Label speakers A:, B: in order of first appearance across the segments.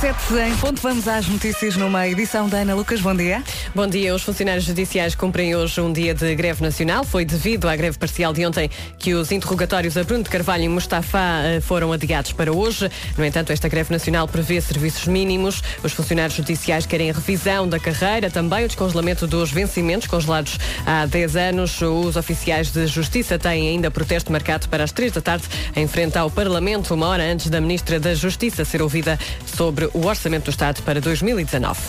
A: 7 em ponto, vamos às notícias numa edição da Ana Lucas. Bom dia.
B: Bom dia. Os funcionários judiciais cumprem hoje um dia de greve nacional. Foi devido à greve parcial de ontem que os interrogatórios a Bruno de Carvalho e Mustafa eh, foram adiados para hoje. No entanto, esta greve nacional prevê serviços mínimos. Os funcionários judiciais querem a revisão da carreira, também o descongelamento dos vencimentos congelados há 10 anos. Os oficiais de justiça têm ainda protesto marcado para as 3 da tarde em frente ao Parlamento, uma hora antes da Ministra da Justiça ser ouvida sobre o Orçamento do Estado para 2019.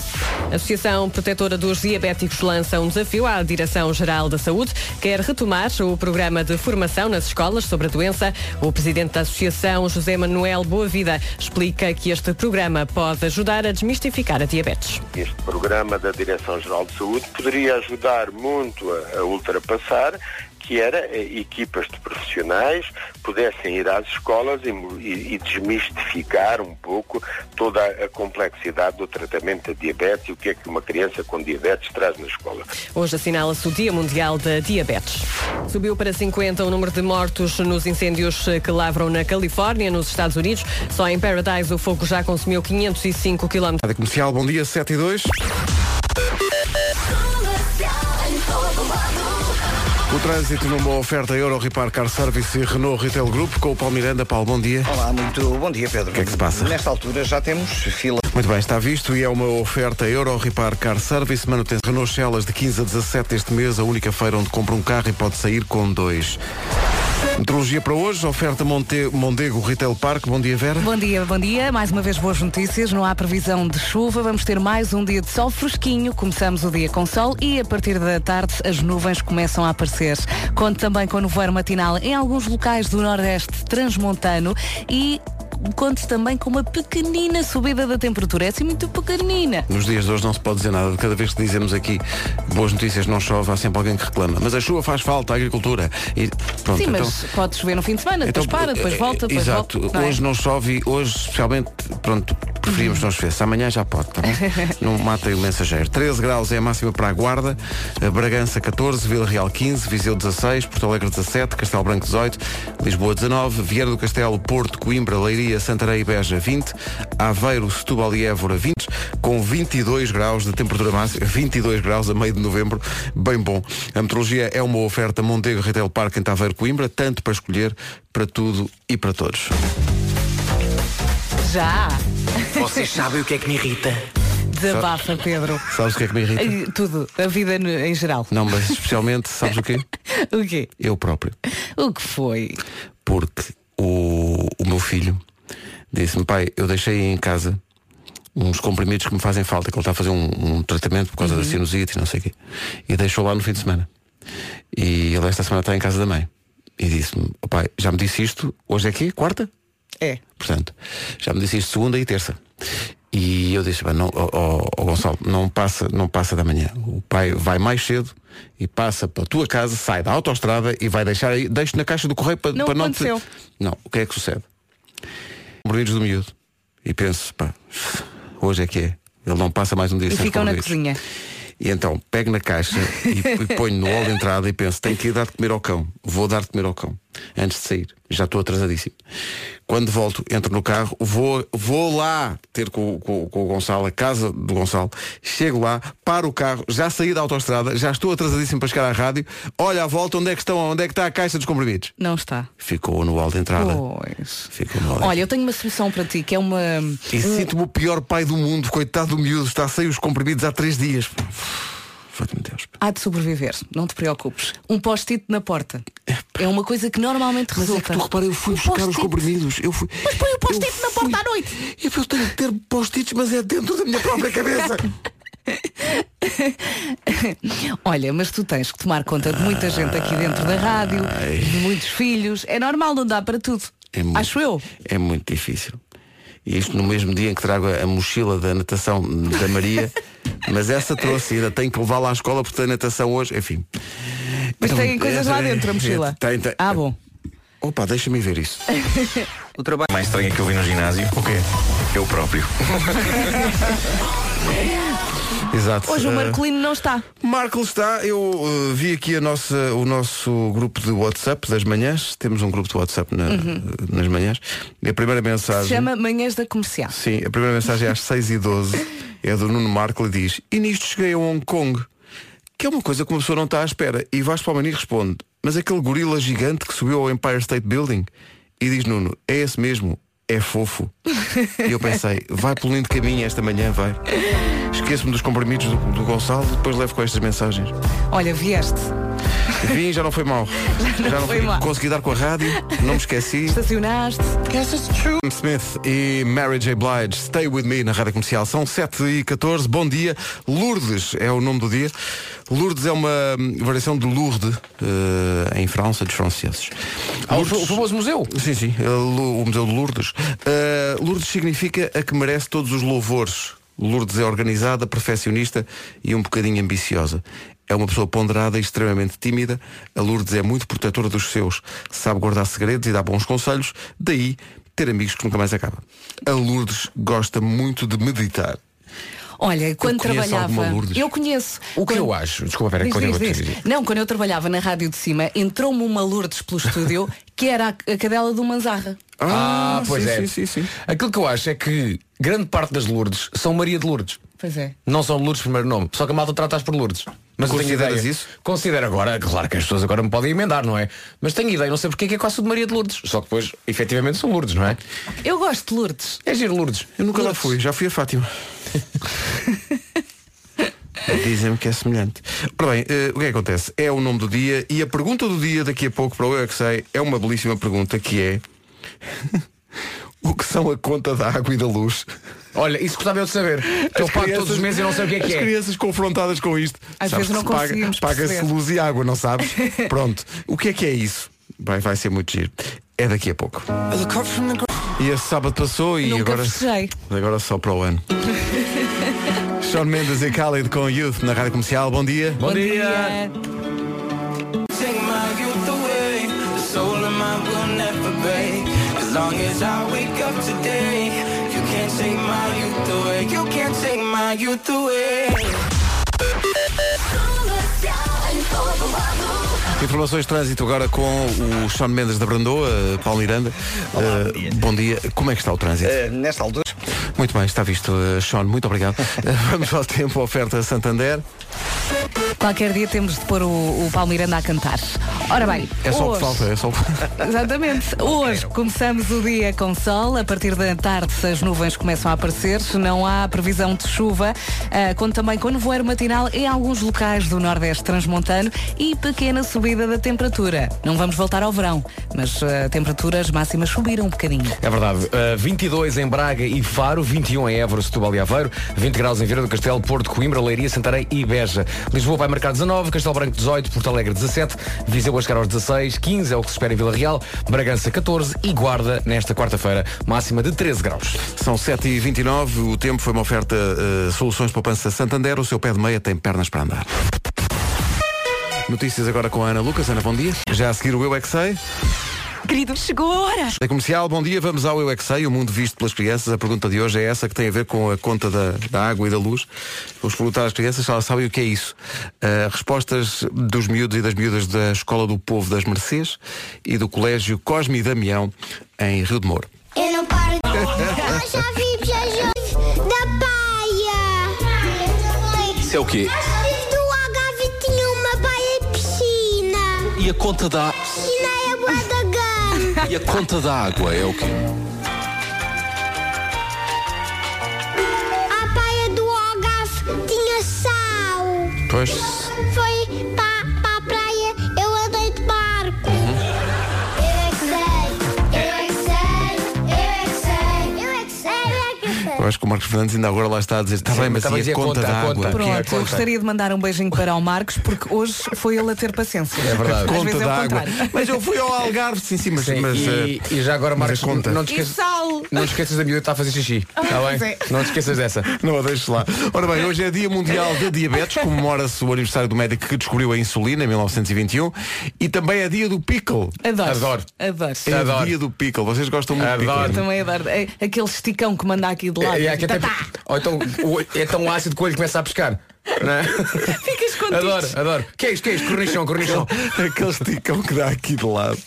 B: A Associação Protetora dos Diabéticos lança um desafio à Direção-Geral da Saúde, quer retomar o programa de formação nas escolas sobre a doença. O presidente da Associação, José Manuel Boavida, explica que este programa pode ajudar a desmistificar a diabetes.
C: Este programa da Direção-Geral de Saúde poderia ajudar muito a, a ultrapassar que era eh, equipas de profissionais pudessem ir às escolas e, mo- e- e desmistificar um pouco toda a complexidade do tratamento da diabetes e o que é que uma criança com diabetes traz na escola.
B: Hoje assinala-se o Dia Mundial da Diabetes. Subiu para 50 o número de mortos nos incêndios que lavram na Califórnia, nos Estados Unidos. Só em Paradise o fogo já consumiu 505 km
D: Rádio Comercial, bom dia, 7 e 2. O trânsito numa oferta Euro Repar Car Service e Renault Retail Group com o Paulo Miranda. Paulo, bom dia.
E: Olá, muito bom dia, Pedro. O que
D: é que se passa?
E: Nesta altura já temos fila.
D: Muito bem, está visto e é uma oferta Euro Repar Car Service, manutenção Renault Celas de 15 a 17 deste mês, a única feira onde compra um carro e pode sair com dois. Meteorologia para hoje, oferta Monte- Mondego Retail Park. Bom dia, Vera.
A: Bom dia, bom dia. Mais uma vez boas notícias. Não há previsão de chuva. Vamos ter mais um dia de sol fresquinho. Começamos o dia com sol e a partir da tarde as nuvens começam a aparecer. Conto também com nevoeiro matinal em alguns locais do Nordeste transmontano e conto também com uma pequenina subida da temperatura. É assim muito pequenina.
D: Nos dias de hoje não se pode dizer nada. Cada vez que dizemos aqui boas notícias, não chove, há sempre alguém que reclama. Mas a chuva faz falta à agricultura. E pronto,
A: Sim,
D: então,
A: mas pode chover no fim de semana, depois para, depois
D: eh,
A: volta, depois
D: Exato.
A: volta. não é?
D: Hoje não chove e hoje, especialmente, pronto, preferíamos não chover. Se Amanhã já pode, tá bem? não matem o mensageiro. 13 graus é a máxima para a Guarda, eh, Bragança 14, Vila Real 15, Viseu 16, Porto Alegre 17, Castelo Branco 18, Lisboa 19, Vieira do Castelo, Porto, Coimbra, Leiria, Santarém e Beja 20, Aveiro, Setúbal e Évora 20, com 22 graus de temperatura máxima, 22 graus a meio de novembro, bem bom. A meteorologia é uma oferta Montego Retail Park em Taveiro, Coimbra, tanto para escolher, para tudo e para todos.
A: Já.
F: Vocês sabem o que é que me irrita?
A: Desabafa, Pedro.
D: Sabes o que é que me irrita?
A: Ai, Tudo, a vida no- em geral.
D: Não, mas especialmente, sabes o quê?
A: O quê?
D: Eu próprio.
A: O que foi?
D: Porque o, o meu filho disse-me, pai, eu deixei em casa uns comprimidos que me fazem falta, que ele está a fazer um, um tratamento por causa
A: Uhum.
D: da sinusite e não sei o quê. E deixou lá no fim de semana. E ele esta semana está em casa da mãe. E disse-me, "Ó pai, já me disse isto, hoje é quê? Quarta?
A: É.
D: Portanto, já me disse isto segunda e terça. E eu disse, "Bem, não, ó, ó, ó, Gonçalo, não passa, não passa da manhã. O pai vai mais cedo e passa pela tua casa, sai da autoestrada e vai deixar aí, deixa na caixa do correio para
A: Não
D: para não te...
A: aconteceu.
D: Não, o que é que sucede? Comprimidos do miúdo. E penso, pá, hoje é que é. Ele não passa mais um dia
A: E
D: sem os
A: ficam na
D: comprimidos.
A: cozinha.
D: E então pego na caixa e, e ponho no hall de entrada e penso, tenho que ir dar de comer ao cão, vou dar de comer ao cão, antes de sair, já estou atrasadíssimo. Quando volto, entro no carro, vou, vou lá ter com, com- com o Gonçalo, a casa do Gonçalo, chego lá, paro o carro, já saí da autoestrada, já estou atrasadíssimo para chegar à rádio, olha à volta onde é que estão, onde é que está a caixa dos comprimidos.
A: Não está.
D: Ficou no hall de entrada.
A: Pois.
D: Ficou no hall de
A: Oh. Olha, eu tenho uma solução para ti, que é uma.
D: e sinto-me o pior pai do mundo, coitado do miúdo, está sem os comprimidos há três dias. Foi-me Deus.
A: Há de sobreviver, não te preocupes. Um post-it na porta. É uma coisa que normalmente
D: Mas é
A: resulta.
D: que tu repara, eu fui
A: Um
D: buscar os
A: post-it.
D: comprimidos. Eu fui,
A: Mas põe o post-it
D: eu
A: na porta
D: fui-
A: à noite.
D: Eu, eu tenho que ter post-its, mas é dentro da minha própria cabeça.
A: Olha, mas tu tens que tomar conta de muita gente aqui dentro da rádio, de muitos filhos. É normal, não dá para tudo.
D: É muito-
A: Acho eu.
D: É muito difícil. E isto no mesmo dia em que trago a, a mochila da natação da Maria. mas essa trouxe, ainda tenho que levá-la à escola porque tem natação hoje. Enfim.
A: Mas
D: Então,
A: têm coisas lá dentro, a mochila.
D: Tem, tem.
A: Ah, bom.
D: Opa, deixa-me ver isso.
E: O trabalho
G: mais estranha que eu vi no ginásio. O quê? Eu próprio.
D: Exato.
A: Hoje o
D: Eh,
A: Marcolino não está.
D: Marco está, eu eh, vi aqui a nossa, o nosso grupo de WhatsApp das manhãs. Temos um grupo de WhatsApp na- nas manhãs. E a primeira mensagem.
A: Se chama Manhãs da Comercial.
D: Sim, a primeira mensagem é às 6h12. É do Nuno Marco e diz, e nisto cheguei a Hong Kong. Que é uma coisa que uma pessoa não está à espera. E Vasco Palmani responde, mas aquele gorila gigante que subiu ao Empire State Building? E diz Nuno, é esse mesmo, é fofo. e eu pensei, vai pelo lindo caminho esta manhã, vai. Esqueço-me dos comprimidos do, do Gonçalo, depois levo com estas mensagens.
A: Olha, vieste.
D: Vim, já não foi mal. Já não,
A: foi mal.
D: Consegui dar com a rádio, não me esqueci.
A: Estacionaste.
D: é Sam Smith e Mary J. Blige, Stay With Me na Rádio Comercial. São 7 e 14 bom dia. Lourdes é o nome do dia. Lourdes é uma hum, variação de Lourdes, eh, em França, dos franceses.
G: Ah, o
D: Lourdes-
G: fa- o famoso museu?
D: Sim, sim, eh, Lu- o Museu de Lourdes. Eh, Lourdes significa a que merece todos os louvores. Lourdes é organizada, perfeccionista e um bocadinho ambiciosa. É uma pessoa ponderada e extremamente tímida. A Lourdes é muito protetora dos seus. Sabe guardar segredos e dá bons conselhos. Daí, ter amigos que nunca mais acaba. A Lourdes gosta muito de meditar.
A: Olha, quando
D: conheço alguma
A: trabalhava.
D: Lourdes.
A: Eu conheço.
G: O que
A: Quando-
G: eu acho? Desculpa, Vera,
A: Diz,
G: quando eu
A: diz, diz. Não, quando eu trabalhava na Rádio de Cima, entrou-me uma Lourdes pelo estúdio que era a, a cadela do Manzarra.
G: Ah, pois
D: sim,
G: é.
D: Sim, sim, sim.
G: Aquilo que eu acho é que grande parte das Lourdes são Maria de Lourdes.
A: Pois é.
G: Não são Lourdes primeiro nome, só que a malta trata-as por Lourdes. Mas eu tenho
D: Consideras
G: ideia.
D: isso?
G: Considero agora, claro que as pessoas agora me podem emendar, não é? Mas tenho ideia, não sei porque é que é quase tudo Maria de Lourdes. Só que depois, efetivamente, são Lourdes, não é?
A: Eu gosto de Lourdes.
G: É giro Lourdes.
D: Eu nunca lá
G: Lourdes.
D: fui, já fui a Fátima. Dizem-me que é semelhante. Ora bem, eh, o que é que acontece? É o nome do dia e a pergunta do dia daqui a pouco para o Eu É Que Sei é uma belíssima pergunta que é o que são a conta da água e da luz?
G: Olha, isso gostava eu de saber. Que eu
D: As
G: pago
D: crianças-
G: todos os meses e não sei o que é
D: As
G: que é.
D: crianças confrontadas com isto.
A: Às
D: Sabes
A: vezes não
D: que se paga-
A: conseguimos
D: Paga-se
A: perceber.
D: luz e água, não sabes? Pronto. O que é que é isso? Vai, vai ser muito giro. É daqui a pouco. E esse sábado passou e
A: Nunca
D: agora.
A: festejei.
D: Agora só para o ano. Sean Mendes e Khalid com Youth na Rádio Comercial. Bom dia.
G: Bom
A: dia.
D: Informações de trânsito agora com o Sean Mendes da Brandoa, Paulo Miranda. Uh, bom, dia. Como é que está o trânsito?
E: Eh, nesta altura,
D: Muito bem, está visto. Uh, Sean, muito obrigado. Uh, vamos ao tempo, oferta Santander.
A: Qualquer dia temos de pôr o, o Paulo Miranda a cantar. Ora bem,
D: É só o que
A: hoje,
D: falta, é só o que falta.
A: Exatamente. Hoje começamos o dia com sol. A partir da tarde as nuvens começam a aparecer. Não há previsão de chuva. Ah, conto também com nevoeiro matinal em alguns locais do Nordeste Transmontano e pequena subida da temperatura. Não vamos voltar ao verão, mas ah, temperaturas máximas subiram um bocadinho.
G: É verdade. Uh, 22 em Braga e Faro, 21 em Évora, Setúbal e Aveiro, 20 graus em Vieira do Castelo, Porto, Coimbra, Leiria, Santarém e Beja. Lisboa vai marcar 19, Castelo Branco 18, Porto Alegre 17, Viseu a chegar aos 16, 15 é o que se espera em Vila Real, Bragança 14 e Guarda nesta quarta-feira, máxima de 13 graus.
D: São 7h29, o tempo foi uma oferta eh, Soluções de Poupança Santander, o seu pé de meia tem pernas para andar. Notícias agora com a Ana Lucas. Ana, bom dia. Já a seguir o Eu É Que Sei.
A: Querido, chegou a hora!
D: Da comercial, bom dia, vamos ao Eu É Que Sei, o mundo visto pelas crianças. A pergunta de hoje é essa que tem a ver com a conta da, da água e da luz. Vamos perguntar às crianças se elas sabem o que é isso. Ah, respostas dos miúdos e das miúdas da Escola do Povo das Mercês e do Colégio Cosme e Damião, em Rio de Moro.
H: Eu não paro de Eu já vi viajantes da baia.
I: Isso é o quê?
H: Filhos do Algarve tinham uma baia e piscina.
I: E a conta da
H: Piscina é boa da gama.
I: e a conta da água é o quê?
H: A baia do Ah, Algarve tinha sal.
D: Pois.
H: Foi para a praia, eu andei de barco.
I: Uhum.
H: Eu é que sei, eu é que sei, eu é que sei, eu é que sei, eu é que sei.
D: Eu acho que o Marcos Fernandes ainda agora lá está a dizer, está bem, mas
G: estava a
D: e
G: dizer
D: a conta
G: conta,
D: da
G: a
D: água?
G: conta. Aqui é a
A: Pronto, eu
G: conta.
A: gostaria de mandar um beijinho para o Marcos, porque hoje foi ele a ter paciência.
G: É verdade.
A: Às
D: Conta
A: vezes é o
D: da água.
A: contrário.
D: Mas eu fui ao Algarve, sim, sim, mas,
G: Sim,
D: mas,
G: e,
D: eh,
G: e já agora,
D: mas
G: Marcos,
D: a conta.
G: não te
A: E
G: esqueças.
A: sal!
G: Não te esqueças da miúda que está a fazer xixi. Está
A: pois
G: bem?
A: é.
G: Não te esqueças dessa.
D: Não a deixes lá. Ora bem, hoje é Dia Mundial da Diabetes, comemora-se o aniversário do médico que descobriu a insulina em 1921 e também é dia do pickle.
A: Adoro.
G: Adoro.
A: Adoro.
D: É
G: Adoro.
D: dia do pickle. Vocês gostam muito
G: Adoro.
A: Eu
D: de pickle.
A: também adoro. É Aquele esticão que manda aqui de lado.
G: É, é que até-
A: Tatá!
G: Ou então o olho- é tão ácido que o olho começa a pescar. não é?
A: Ficas contigo.
G: Adoro, adoro. Que é isto, que é isto? Cornichão, cornichão.
D: Aquele esticão que dá aqui de lado.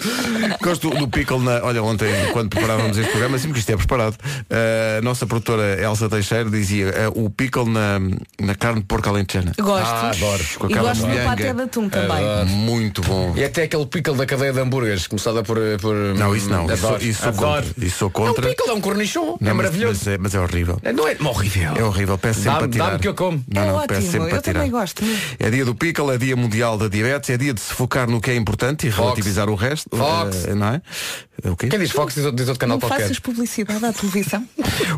D: Gosto do pickle na. Olha, ontem, quando preparávamos este programa, sempre que isto é preparado, a nossa produtora Elsa Teixeira dizia eh, o pickle na, na carne de porco alentejana.
A: Gosto.
G: Ah, adoro.
D: Com
A: E
D: aquela
A: gosto do
D: molhanga.
A: paté de atum também.
D: Muito bom.
G: E até aquele pickle da cadeia de hambúrgueres, começada por. eh, por
D: Não, isso não. Isso,
G: Adoro.
D: isso sou
G: adoro.
D: contra. Isso sou
G: É
D: contra.
G: um pickle, é um cornichão.
D: Não,
G: é
D: mas-
G: maravilhoso.
D: Mas é, mas é horrível.
G: Não é, é horrível.
D: É horrível, peço sempre
G: Dá-me-
D: para tirar.
G: dá-me que eu como.
D: Não,
A: É
D: não,
A: ótimo,
D: peço sempre para
A: eu
D: tirar.
A: também gosto.
D: É dia do pickle, é dia mundial da diabetes, é dia de se focar no que é importante e relativizar o resto.
G: Fox.
D: eh, não é? O quê?
G: Quem diz Fox diz outro, diz outro canal
A: Não
G: qualquer.
A: faças publicidade à televisão.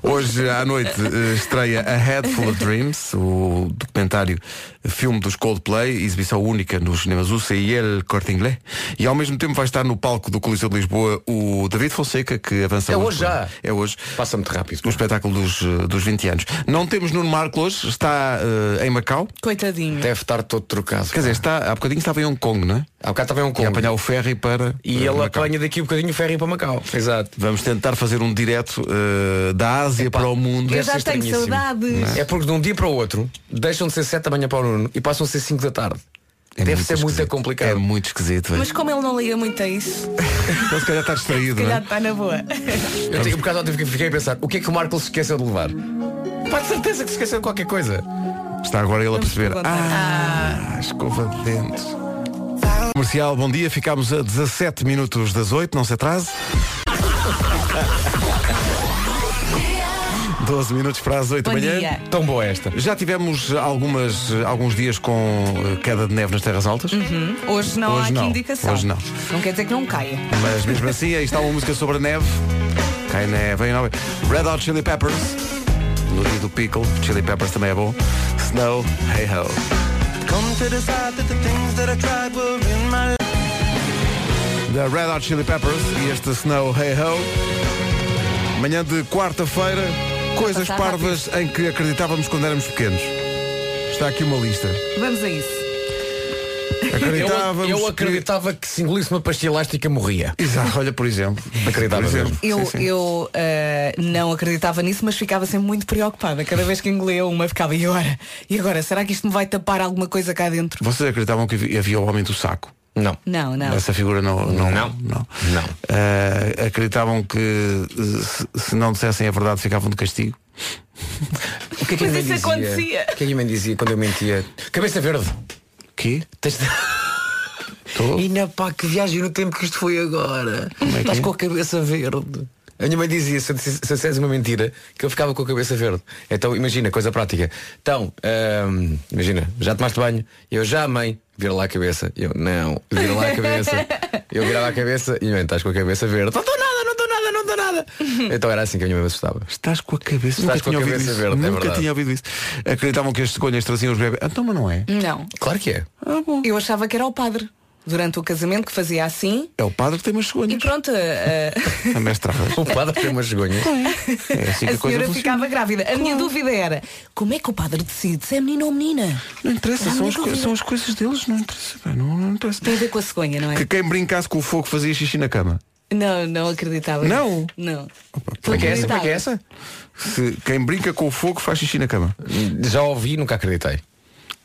D: Hoje à noite eh, estreia A Head Full of Dreams, o documentário filme dos Coldplay, exibição única nos cinemas UCI e El Corte Inglés. E ao mesmo tempo vai estar no palco do Coliseu de Lisboa o David Fonseca, que avança
G: É
D: hoje.
G: hoje já?
D: É hoje.
G: Passa muito rápido.
D: O espetáculo dos, eh, dos 20 anos. Não temos Nuno Marco hoje, está eh, em Macau.
A: Coitadinho.
G: Deve estar todo trocado.
D: Quer dizer, está, há bocadinho estava em Hong Kong, não é?
G: há bocado estava um
D: E
G: combo.
D: apanhar o ferry para.
G: E
D: para
G: ele
D: Macau.
G: apanha daqui um bocadinho o ferry para Macau. Exato.
D: Vamos tentar fazer um direto eh, da Ásia
G: Epá,
D: para o mundo.
A: Eu
G: deve
A: já
G: ser
A: tenho
G: estranhíssimo.
A: saudades.
G: É porque de um dia para o outro deixam de ser 7 da manhã para o Nuno e passam a ser 5 da tarde.
D: É
G: Deve ser muito
D: esquisito.
G: complicado.
D: É muito esquisito. velho.
A: Mas como ele não liga muito a isso,
D: Ele se calhar está distraído,
A: se
D: não
A: calhar
D: é?
A: está na boa.
G: Eu tenho, por causa ontem fiquei- fiquei a pensar, o que é que o Marco se esqueceu de levar? Pá, de certeza que se esqueceu de qualquer coisa.
D: Está agora ele a
A: Vamos
D: perceber.
A: perguntar.
D: Ah, escova de dentes. Comercial, bom dia. Ficámos a 17 minutos das 8, não se atrase. 12 minutos para as 8 da
A: Bom
D: manhã.
A: dia.
G: Tão boa esta.
D: Já tivemos algumas, alguns dias com eh, queda de neve nas terras altas.
A: Hoje Uhum. não há
D: Hoje
A: aqui
D: não.
A: indicação.
D: Hoje não.
A: Não quer dizer que não caia.
D: Mas mesmo assim, aí está uma música sobre a neve. Cai neve, hein, nove. Red Hot Chili Peppers. Melodia do Pickle. Chili Peppers também é bom. Snow, hey ho. Da Red Hot Chili Peppers e este Snow, hey ho. Manhã de quarta-feira, coisas
A: Passar
D: parvas em que acreditávamos quando éramos pequenos. Está aqui uma lista.
A: Vamos a isso.
G: Eu,
D: Acreditávamos.
G: eu
D: que-
G: acreditava que se engolisse uma pastilha elástica morria.
D: Exato, olha, por exemplo.
G: Acreditava
D: Por exemplo.
G: mesmo.
A: Eu,
D: Sim, sim.
A: eu ah, não acreditava nisso, mas ficava sempre muito preocupada. Cada vez que engolia uma, ficava, e agora? E agora? Será que isto me vai tapar alguma coisa cá dentro?
D: Vocês acreditavam que havia- havia o homem do saco?
G: Não.
A: Não, não.
D: Essa figura não. Não.
G: Não. Não.
D: Eh, acreditavam que eh, se, se não dissessem a verdade ficavam de castigo.
G: O que é que a
A: Mas
G: minha
A: isso
G: dizia?
A: acontecia.
G: O que é que a mãe dizia quando eu mentia? Cabeça verde.
D: Quê?
G: Tens de...
D: Tô?
G: E na pá, que viagem no tempo que isto foi agora.
D: é que
G: Estás
D: é?
G: com a cabeça verde. A minha mãe dizia, se eu dissesse- se eu dissesse uma mentira, que eu ficava com a cabeça verde. Então, imagina, coisa prática. Então, ahm, imagina, já tomaste banho? Eu já, mãe. Vira lá a cabeça. Eu, não. Vira lá a cabeça. Eu virava a cabeça e, mãe, estás com a cabeça verde. Não estou nada, não estou nada, não estou nada. Então era assim que a minha mãe me assustava.
D: Estás com a cabeça.
G: Estás
D: Nunca
G: com a
D: tinha ouvido
G: cabeça
D: isso.
G: verde, é
D: Nunca
G: verdade.
D: tinha ouvido isso. Acreditavam que as cegonhas traziam os bebés. Então, mas não é.
A: Não.
G: Claro que é.
A: Eu achava que era o padre. Durante o casamento que fazia assim.
D: É o padre que tem umas
A: E
D: cegonhas.
A: pronto, a-
D: A mestrada.
G: O um padre tem umas cegonhas.
D: É assim
A: a,
D: que
A: a
D: a coisa
A: senhora
D: funciona.
A: ficava grávida. A minha dúvida era, como é que o padre decide se é menino ou menina?
D: Não interessa,
A: Era a
D: são
A: minha
D: as, co-
A: dúvida.
D: são as coisas deles, não interessa. pá, Não, não interessa.
A: Tem a ver com a cegonha, não é?
D: Que quem brincasse com o fogo fazia xixi na cama.
A: Não, não acreditava.
D: Não?
A: Não.
G: Como é que é essa? Como é que é
A: Acreditava.
G: essa?
D: Se quem brinca com o fogo faz xixi na cama.
G: Já ouvi, nunca acreditei.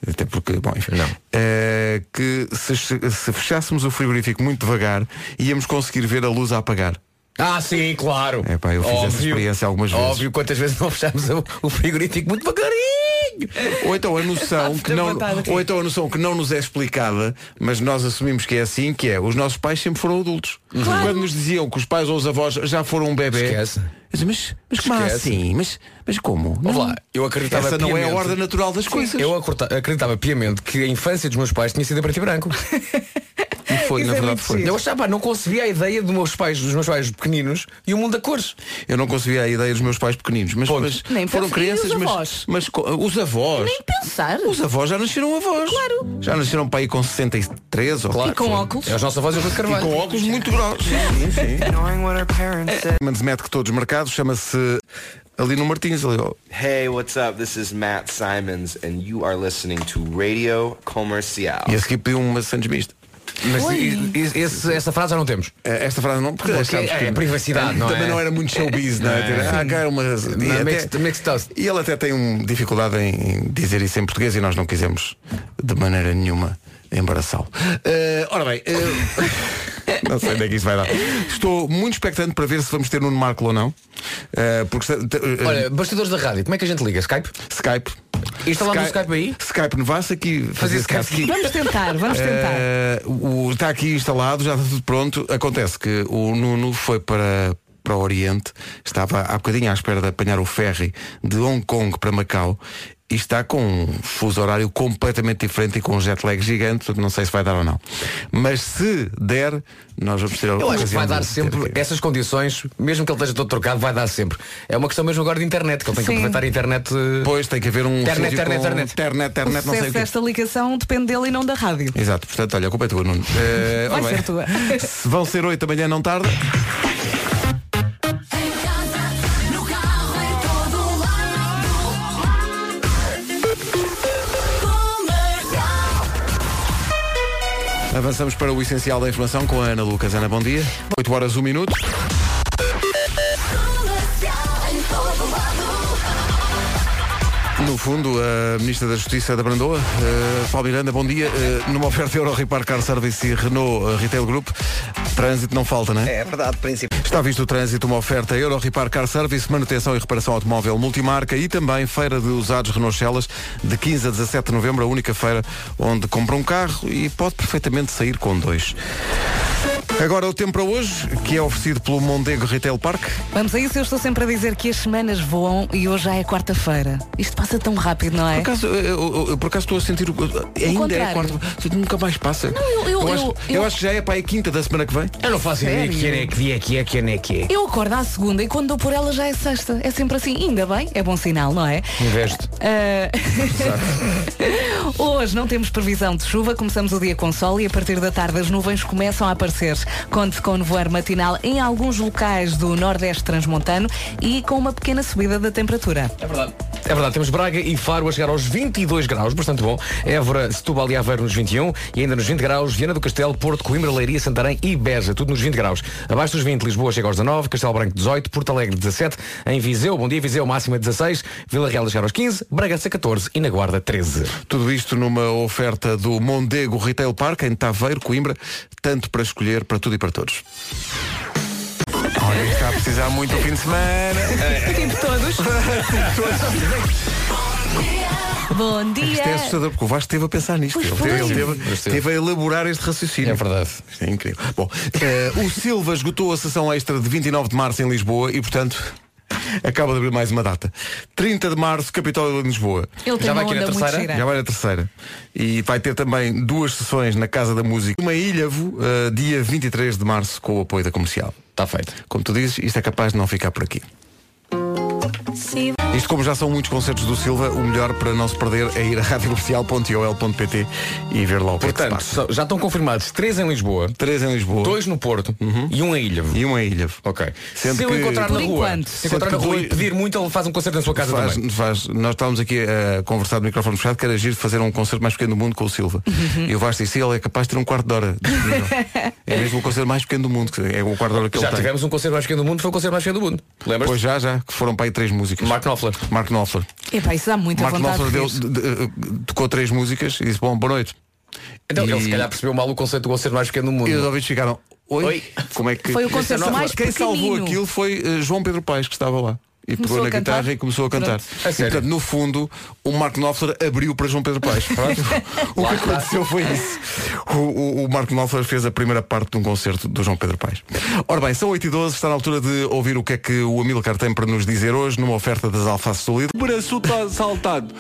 D: Até porque, bom, enfim.
G: Não.
D: Eh, que se, se fechássemos o frigorífico muito devagar, íamos conseguir ver a luz a apagar.
G: Ah, sim, claro.
D: É pá, eu fiz essa experiência algumas vezes.
G: Óbvio, quantas vezes não fechámos o, o frigorífico muito devagarinho.
D: Ou então a noção que não,
A: vontade de
D: ou então a noção que não nos é explicada, mas nós assumimos que é assim, que é os nossos pais sempre foram adultos. Quando nos diziam que os pais ou os avós já foram um bebê.
G: Uhum. Esquece.
D: Eu dizia, Mas, mas como
G: Esquece.
D: assim? Mas, mas como? Não.
G: Olá, eu acreditava
D: Essa não é a
G: piamente.
D: ordem natural das coisas.
G: Eu acredita- acreditava piamente que a infância dos meus pais tinha sido a preto e branco.
D: foi,
A: Isso
D: na
A: é
D: verdade
A: muito
D: foi.
A: giro.
G: Eu achava, pá, não concebia a ideia dos meus pais, dos meus pais pequeninos e o mundo a cores.
D: Eu não concebia a ideia dos meus pais pequeninos, mas,
G: Ponto.
D: mas
A: Nem
D: foram
A: pensei, e os
D: crianças, mas,
A: avós?
D: mas co- os avós.
A: Nem pensar.
D: Os avós já nasceram avós. Claro. Já nasceram para aí com 63 ou
A: E com óculos.
G: É os nossos avós e o Rui de
D: E
G: Carvalho.
D: com óculos muito grossos. Sim, sim. Mas mete que todos marcados, chama-se ali no Martins, ali, ó.
E: Hey, what's up? This is Matt Simons and you are listening to Radio Comercial.
D: E a seguir pediu uma Santos mista.
G: Mas e- e- esse- essa frase já não temos.
D: Eh, Esta frase não, porque,
G: Porque
D: sabes
G: é
D: que-
G: privacidade, não
D: também
G: é?
D: não era muito showbiz, não é?
G: Não é?
D: Ah, cá era uma. e até-
G: mixed- mixed toast.
D: E ele até tem um, dificuldade em dizer isso em português e nós não quisemos de maneira nenhuma embaraçá-lo. Eh, ora bem, eh, não sei onde é que isso vai dar. Estou muito expectante para ver se vamos ter Nuno Marco ou não. Eh, porque se- te- eh,
G: Olha, bastidores da rádio, como é que a gente liga? Skype?
D: Skype.
G: Instalámos o Skype aí?
D: Skype Nevassa aqui fazer Skype aqui.
A: Vamos tentar, vamos tentar.
D: Eh, o- está aqui instalado, já está tudo pronto. Acontece que o Nuno foi para, para o Oriente, estava há bocadinho à espera de apanhar o ferry de Hong Kong para Macau e está com um fuso horário completamente diferente e com um jet lag gigante, portanto não sei se vai dar ou não. Mas se der, nós vamos ter a
G: Eu acho que
D: ocasião
G: vai
D: de
G: dar
D: ter
G: sempre
D: aqui.
G: essas condições, mesmo que ele esteja todo trocado, vai dar sempre. É uma questão mesmo agora de internet, que ele tem que
A: Sim.
G: aproveitar a internet. eh,
D: Depois tem que haver um
G: Internet,
D: sítio
G: internet,
D: com-
G: internet.
D: internet,
A: O
D: internet, não sei
A: sucesso
D: o é quê.
A: desta ligação depende dele e não da rádio.
D: Exato, portanto, olha, a culpa é tua, Nuno. Eh,
A: Vai
D: ora bem.
A: ser tua.
D: Se Vão ser 8 da manhã, não tarde. Avançamos para o essencial da informação com a Ana Lucas. Ana, bom dia. 8 horas, 1 minuto. No fundo, a Ministra da Justiça da Brandoa, eh, Paulo Miranda, bom dia. Eh, numa oferta Euro Repar Car Service e Renault eh, Retail Group, trânsito não falta, não é?
E: É verdade, princípio.
D: Está visto o trânsito, uma oferta Euro Repar Car Service, manutenção e reparação automóvel multimarca e também feira de usados Renault Celas, de 15 a 17 de novembro, a única feira onde compra um carro e pode perfeitamente sair com dois. Agora o tempo para hoje, que é oferecido pelo Mondego Retail Park.
A: Vamos a isso, eu estou sempre a dizer que as semanas voam e hoje já é quarta-feira. Isto passa tão rápido, não
D: Por
A: é?
D: acaso, eu- eu- eu- por acaso estou a sentir. o- Ainda é
A: contrário.
D: quarta. Nunca mais passa.
A: eu- eu-
D: acho,
A: eu- eu-
D: acho que já é para a quinta da semana que vem.
G: Eu não faço ideia
A: Sério?
G: que ano é que dia é que é, que ano é que é.
A: Eu acordo à segunda e quando dou por ela já é sexta. É sempre assim, ainda bem, é bom sinal, não é?
G: Investe.
A: Ah, Hoje não temos previsão de chuva, começamos o dia com sol e a partir da tarde as nuvens começam a aparecer. Conte com nevoeiro matinal em alguns locais do Nordeste Transmontano e com uma pequena subida da temperatura.
G: É verdade. É verdade, temos Braga e Faro a chegar aos 22 graus, bastante bom. Évora, Setúbal e Aveiro nos 21 e ainda nos 20 graus, Viana do Castelo, Porto, Coimbra, Leiria, Santarém e Beja, tudo nos 20 graus. Abaixo dos 20, Lisboa chega aos 19, Castelo Branco 18, Porto Alegre 17, em Viseu, bom dia Viseu, máxima 16, Vila Real a chegar aos 15, Bragança 14 e na Guarda 13.
D: Tudo isto numa oferta do Mondego Retail Park em Taveiro, Coimbra, tanto para escolher para tudo e para todos. Olha, está a precisar muito o fim de semana.
A: Bom dia!
D: Isto é assustador, porque o Vasco esteve a pensar nisto.
A: Pois
D: Ele teve,
A: foi.
D: ele teve-
G: Mas teve.
D: teve a elaborar este raciocínio.
G: É verdade.
D: Isto é incrível. Bom, eh, o Silva esgotou a sessão extra de 29 de março em Lisboa e, portanto, acaba de abrir mais uma data. 30 de março, Capitólio de Lisboa.
A: Ele tem
G: Já vai
A: uma
G: aqui na
A: onda muito
G: terceira?
A: gira.
D: Já vai na terceira. E vai ter também duas sessões na Casa da Música. Uma ilhavo, eh, dia 23 de março, com o apoio da comercial.
G: Está Tá feito.
D: Como tu dizes, isto é capaz de não ficar por aqui. Isto como já são muitos concertos do Silva, o melhor para não se perder é ir a radiocomercial.ol.pt e ver lá o que é que se
G: Portanto,
D: passa.
G: só- já estão confirmados 3 em Lisboa,
D: Três em Lisboa
G: 2 no Porto e 1 em Ilha.
D: Uhum. e uma ilha.
G: Ok.
D: Sendo
G: se eu
D: que-
G: encontrar na
A: Por
G: rua,
A: enquanto.
G: se encontrar na
D: Sendo que
G: rua e
D: dois-
G: pedir muito, ele faz um concerto na sua casa
D: Faz-
G: também.
D: faz- nós estávamos aqui a conversar no microfone fechado que era giro de fazer um concerto mais pequeno do mundo com o Silva.
G: Uhum.
D: E o Vasco disse, ele é capaz de ter um quarto de hora. disponível." é mesmo o concerto mais pequeno do mundo, que é o quarto de hora que
G: Já
D: ele tem.
G: tivemos um concerto mais pequeno do mundo, foi o concerto mais pequeno do mundo. Lembras?
D: Pois já, já, que foram para aí três músicas.
G: Mark Knopfler.
D: Marco Knopfler.
A: Epá, isso dá muita
D: Marco
A: vontade
D: Knopfler
A: de
D: deu-
A: rir.
D: de- de- tocou três músicas e disse, bom, boa noite.
G: Então,
D: E-
G: ele se calhar percebeu mal o conceito do concerto mais pequeno do mundo.
D: E os ouvintes ficaram. Oi?
G: Oi.
D: Como é que.
A: Foi o concerto
D: Quem
A: mais
D: Quem salvou
A: pequenino.
D: aquilo foi eh, João Pedro Paes, que estava lá. E pegou
A: Começou
D: na
A: a cantar?
D: guitarra e começou a cantar.
A: Pronto.
D: E,
G: A É sério?
D: portanto, no fundo, o Marco Knopfler abriu para João Pedro Paes. Pronto. o que aconteceu foi isso. O, o, o Marco Knopfler fez a primeira parte de um concerto do João Pedro Paes. Ora bem, são 8 e 12 está na altura de ouvir o que é que o Amilcar tem para nos dizer hoje numa oferta das alfaces do Lidl.
I: braço está saltado.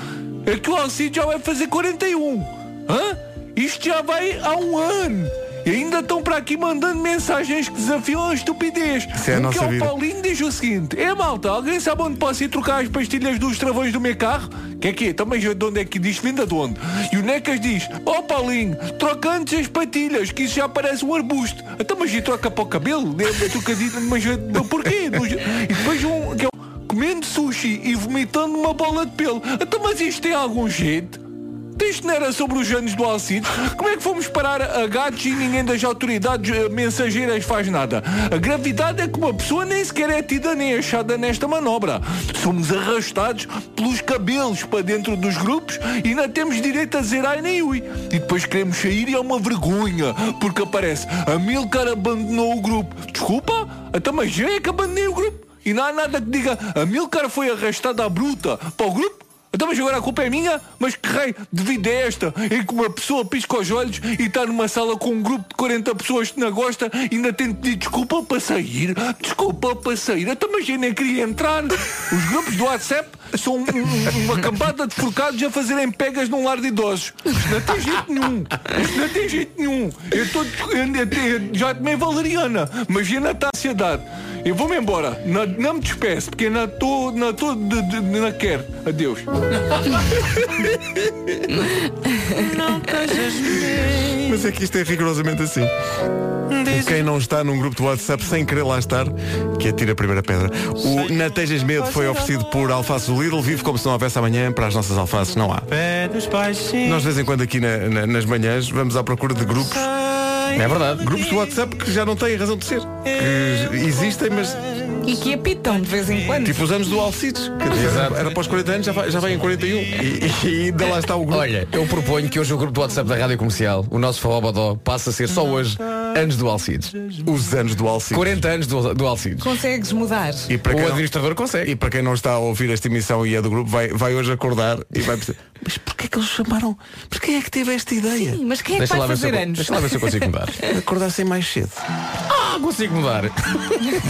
I: É que o Alcide já vai fazer 41. Hã? Isto já vai há um ano.
J: E ainda estão para aqui mandando mensagens que desafiam a estupidez.
D: Isso é a
J: o
D: nossa
J: que
D: vida.
J: ao Paulinho diz o seguinte: É malta, alguém sabe onde posso ir trocar as pastilhas dos travões do meu carro? Que é que é? Também já de onde é que diz? Vinda de onde? E o Necas diz: Ó Paulinho, troca antes as patilhas, que isso já parece um arbusto. Até mas e troca para o cabelo? É uma trocadilha, mas eu- mas porquê? Mas- E depois um. Que é um comendo sushi e vomitando uma bola de pelo. Então, mas isto tem algum jeito? Isto não era sobre os anos do Alcides? Como é que fomos parar a gatos e ninguém das autoridades eh, mensageiras faz nada? A gravidade é que uma pessoa nem sequer é tida nem achada nesta manobra. Somos arrastados pelos cabelos para dentro dos grupos e não temos direito a dizer ai nem ui. E depois queremos sair e é uma vergonha, porque aparece Amilcar abandonou o grupo. Desculpa? Até mas eu é que abandonei o grupo. E não há nada que diga Amilcar foi arrastado à bruta para o grupo? Então, mas agora a culpa é minha? Mas que raio de vida é esta em que uma pessoa pisca os olhos e está numa sala com um grupo de 40 pessoas que não gosta e ainda tem de pedir desculpa para sair? Desculpa para sair? Então, mas eu nem queria entrar. Os grupos do WhatsApp são um- um- uma cambada de forcados a fazerem pegas num lar de idosos. Isto não tem jeito nenhum. Isto não tem jeito nenhum. Eu, tô, eu- eu- eu já tomei valeriana, mas ainda está ansiedade. Eu vou-me embora. Não, não me despeço, porque não estou. Não estou. de- de- de- Não quero. Adeus.
D: Mas é que isto é rigorosamente assim. Quem não está num grupo de WhatsApp sem querer lá estar, que atira a primeira pedra. O Natejas Medo foi
G: é.
D: oferecido por Alfaces do Lidl. Vive como se não houvesse amanhã. Para as nossas alfaces não há. Nós de vez em quando aqui na- na- nas manhãs vamos à procura de grupos.
G: É verdade.
D: Grupos de WhatsApp que já não têm razão de ser. Que existem, mas
A: E que apitam de vez em quando.
D: tipo os anos do Alcides. que
G: Exato.
D: Era após 40 anos, já vai, já vai em 41. E, e ainda lá está o grupo.
G: Olha, eu proponho que hoje o grupo do WhatsApp da Rádio Comercial, o nosso Forrobodó, passe a ser só hoje anos do Alcides.
D: Os anos do Alcides.
G: 40 anos do, do Alcides.
A: Consegues mudar.
D: E para
G: O
D: quem não-
G: administrador consegue.
D: E para quem não está a ouvir esta emissão e é do grupo, vai, vai hoje acordar e vai pensar, mas porquê é que eles chamaram? Mas quem é que teve esta ideia?
A: Sim, mas quem é que vai
G: lá ver se
A: fazer
G: eu-
A: anos?
G: deixa lá ver se eu consigo mudar.
D: Acordassem mais cedo.
G: Ah, consigo mudar.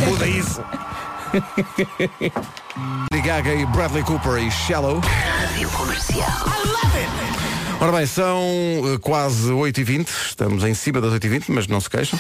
D: Muda isso. Lady Gaga e Bradley Cooper e Shallow. Ora bem, são eh, quase 8h20, estamos em cima das 8h20, mas não se queixam.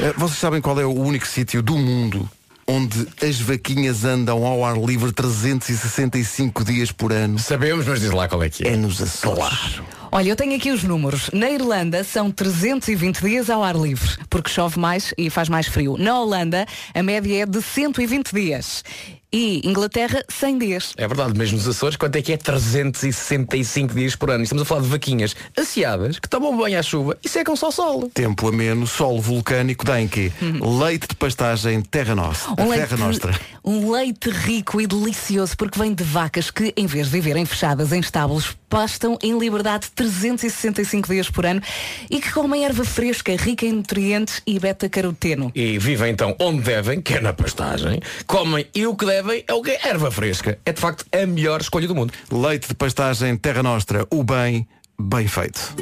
D: Eh, Vocês sabem qual é o único sítio do mundo onde as vaquinhas andam ao ar livre 365 dias por ano?
G: Sabemos, mas diz lá qual é que é.
D: É nos Açores.
A: Olha, eu tenho aqui os números. Na Irlanda são 320 dias ao ar livre, porque chove mais e faz mais frio. Na Holanda, a média é de 120 dias. E Inglaterra, 100 dias.
G: É verdade, mesmo nos Açores, quanto é que é 365 dias por ano? E Estamos a falar de vaquinhas asseadas que tomam banho à chuva e secam só sol.
D: Tempo ameno, solo vulcânico, dá em quê?
G: Uhum.
D: Leite de pastagem, terra
G: Um
D: nossa. a terra nostra.
A: um leite rico e delicioso porque vem de vacas que, em vez de viverem fechadas em estábulos, pastam em liberdade 365 dias por ano e que comem erva fresca, rica em nutrientes e beta-caroteno.
G: E vivem então onde devem, que é na pastagem, comem e o que devem é o que é erva fresca. É de facto a melhor escolha do mundo.
D: Leite de pastagem, terra nostra. O bem, bem feito.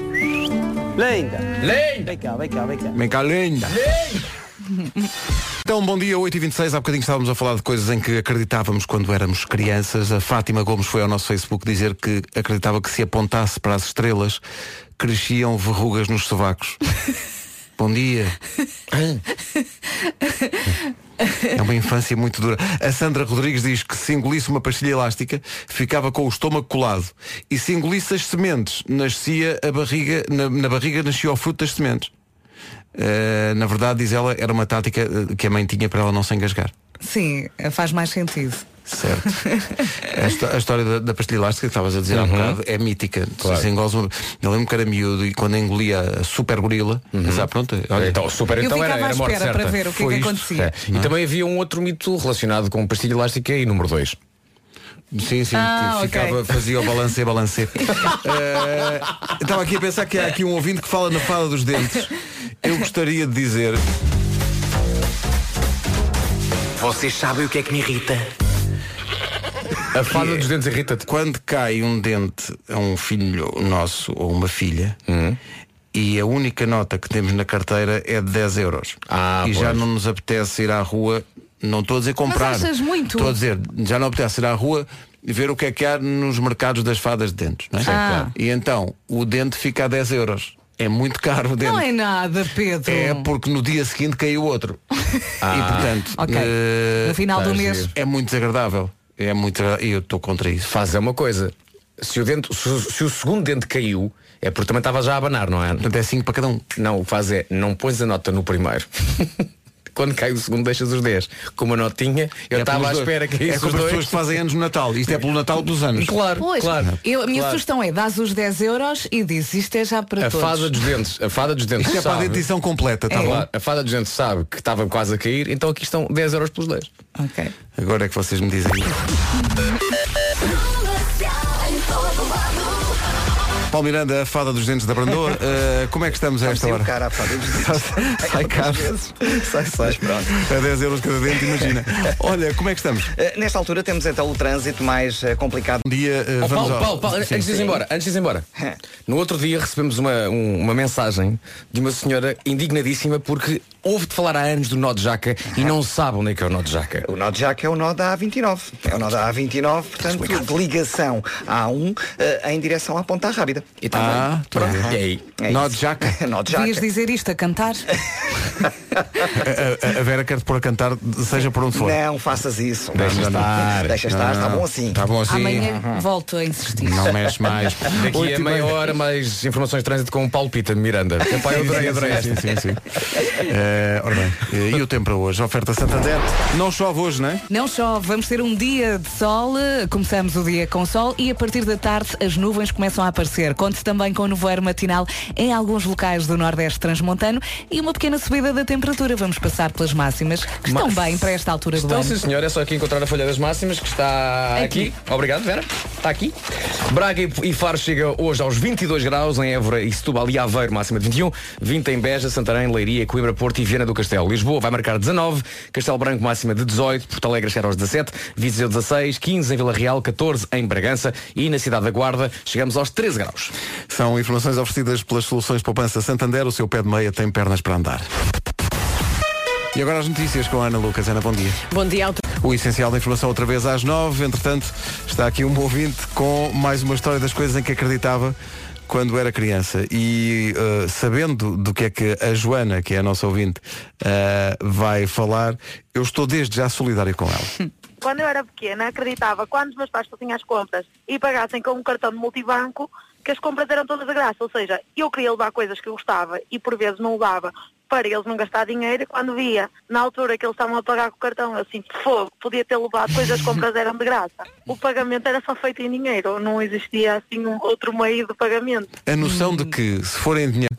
G: Lei!
D: Vem cá, linda. Então, bom dia, 8h26. Há bocadinho estávamos a falar de coisas em que acreditávamos quando éramos crianças. A Fátima Gomes foi ao nosso Facebook dizer que acreditava que se apontasse para as estrelas, cresciam verrugas nos sovacos. bom dia. É uma infância muito dura. A Sandra Rodrigues diz que se engolisse uma pastilha elástica, ficava com o estômago colado. E se engolisse as sementes, nascia a barriga, na, na barriga nascia o fruto das sementes. Uh, na verdade, diz ela, era uma tática uh, que a mãe tinha para ela não se engasgar.
A: Sim, faz mais sentido.
D: Certo. a, histó- a história da, da pastilha elástica que estavas a dizer há bocado é mítica.
G: Claro.
D: Se engoles uma... Eu lembro que era miúdo e quando engolia a super gorila, pensava, "Ah, pronto, olha,
G: Então, super,
A: Eu
G: então era,
A: ficava à
G: era a morte
A: espera
G: certa.
A: para ver o que é
G: Foi
A: que
G: isto.
A: acontecia.
G: É. E também havia um outro mito relacionado com pastilha elástica e número 2.
D: Sim, sim,
A: Ah,
D: que
A: ok.
D: ficava, fazia o balancê, balancê. Eh, Estava aqui a pensar que há aqui um ouvinte que fala na fada dos dentes. Eu gostaria de dizer.
F: Vocês sabem o que é que me irrita?
G: A fada
D: é
G: dos dentes irrita-te.
D: quando cai um dente a um filho nosso ou uma filha
G: Hum?
D: e a única nota que temos na carteira é de 10 euros
G: Ah,
D: e
G: pois.
D: já não nos apetece ir à rua não estou a dizer comprar
A: achas muito?
D: estou a dizer já não apetece ir à rua e ver o que é que há nos mercados das fadas de dentes não é?
A: Ah. claro.
D: e então o dente fica a 10 euros é muito caro o dente.
A: Não é nada, Pedro.
D: É porque no dia seguinte caiu outro.
A: Ah.
D: E portanto,
A: Ok.
D: eh,
A: No final do Faz mês. giro.
D: é muito desagradável. É muito desagra- e eu estou contra isso.
G: Fazer é uma coisa. Se o, dente, se, o- se o segundo dente caiu, é porque também estava já a abanar, não é? Portanto,
D: é 5 para cada um.
G: Não, o que faz é, não pões a nota no primeiro. Quando cai o segundo, deixas os 10. Com uma notinha, eu
D: É
G: estava à
D: pelos dois.
G: espera que
D: É
G: isso
D: como as pessoas que fazem anos no Natal. Isto é pelo Natal dos anos.
G: Claro,
A: Pois,
G: claro.
A: eu- a minha
G: claro.
A: sugestão é, dás os 10 euros e diz isto é já para
G: A
A: todos.
G: fada dos dentes, a fada dos dentes
D: Isto é para a
G: sabe-
D: dentição completa, tá
G: É.
D: bom?
G: A fada dos dentes sabe que estava quase a cair, então aqui estão 10 euros pelos 10.
A: Ok.
D: Agora é que vocês me dizem. Paulo Miranda, a fada dos dentes da Brandoa, eh, como é que estamos a esta hora?
K: cara, a fada dos dentes.
D: Sai caro.
K: Sai, sai. Pronto.
D: A 10 euros cada dente, imagina. Olha, como é que estamos?
K: Eh, Nesta altura temos então o trânsito mais eh, complicado.
D: Um dia
G: Oh, Paulo, Paulo, Paulo, antes de ir embora, antes de ir embora. No outro dia recebemos uma, um- uma mensagem de uma senhora indignadíssima porque ouve-te falar há anos do nó de jaca e não sabe onde é que é o nó de jaca.
K: O nó de jaca é o nó da A29. É o nó da A29, portanto, de ligação à A1 eh, em direção à Ponta Rábida. E
A: tá Ah, bem.
K: pronto.
A: bem.
K: É É
D: Nó
K: isso.
D: de jaca.
K: nó
A: Devias dizer isto a cantar?
D: A, a- a Vera quer-te pôr a cantar, seja por onde for.
K: Não faças isso.
D: Deixa
K: Não, não, não.
D: estar.
K: Deixa estar,
D: Não.
K: está bom assim.
D: Está bom assim.
A: Amanhã volto a insistir.
D: Não mexe mais.
G: Daqui
D: Oito
G: a
D: e
G: meia
D: meia.
G: hora mais informações de trânsito com o Paulo Pita de Miranda. Epá, eu adorei, adorei
D: Sim, sim,
G: esta.
D: sim. Eh, ora bem, eh, e o tempo para hoje? Oferta Santander. Não chove hoje, não é?
A: Não só vamos ter um dia de sol, eh, começamos o dia com sol e a partir da tarde as nuvens começam a aparecer. Conte também com o nevoeiro matinal em alguns locais do Nordeste Transmontano e uma pequena subida da temperatura. Vamos passar pelas máximas que estão bem para esta altura do
G: Então,
A: ano.
G: sim senhor, é só aqui encontrar a folha das máximas que está aqui. Obrigado, Vera. Está aqui. Braga e- e Faro chega hoje aos 22 graus, em Évora e Setúbal e Aveiro, máxima de 21. 20 em Beja, Santarém, Leiria, Coimbra, Porto e Viana do Castelo. Lisboa vai marcar 19, Castelo Branco máxima de 18, Porto Alegre chega aos 17, Viseu 16, 15 em Vila Real, 14 em Bragança e na Cidade da Guarda chegamos aos 13 graus.
D: São informações oferecidas pelas soluções Poupança Santander. O seu pé de meia tem pernas para andar. E agora as notícias com a Ana Lucas. Ana, bom dia.
B: Bom dia, autor.
D: O essencial da informação outra vez às nove. Entretanto, está aqui um ouvinte com mais uma história das coisas em que acreditava quando era criança. E eh, sabendo do que é que a Joana, que é a nossa ouvinte, eh, vai falar, eu estou desde já solidário com ela.
L: Quando eu era pequena, acreditava quando os meus pais fossem às compras e pagassem com um cartão de multibanco, que as compras eram todas de graça. Ou seja, eu queria levar coisas que eu gostava e por vezes não levava para eles não gastar dinheiro. E Quando via, na altura que eles estavam a pagar com o cartão, eu assim, fogo, podia ter levado, pois as compras eram de graça. O pagamento era só feito em dinheiro, não existia assim um outro meio de pagamento.
D: A noção de que, se forem dinheiro,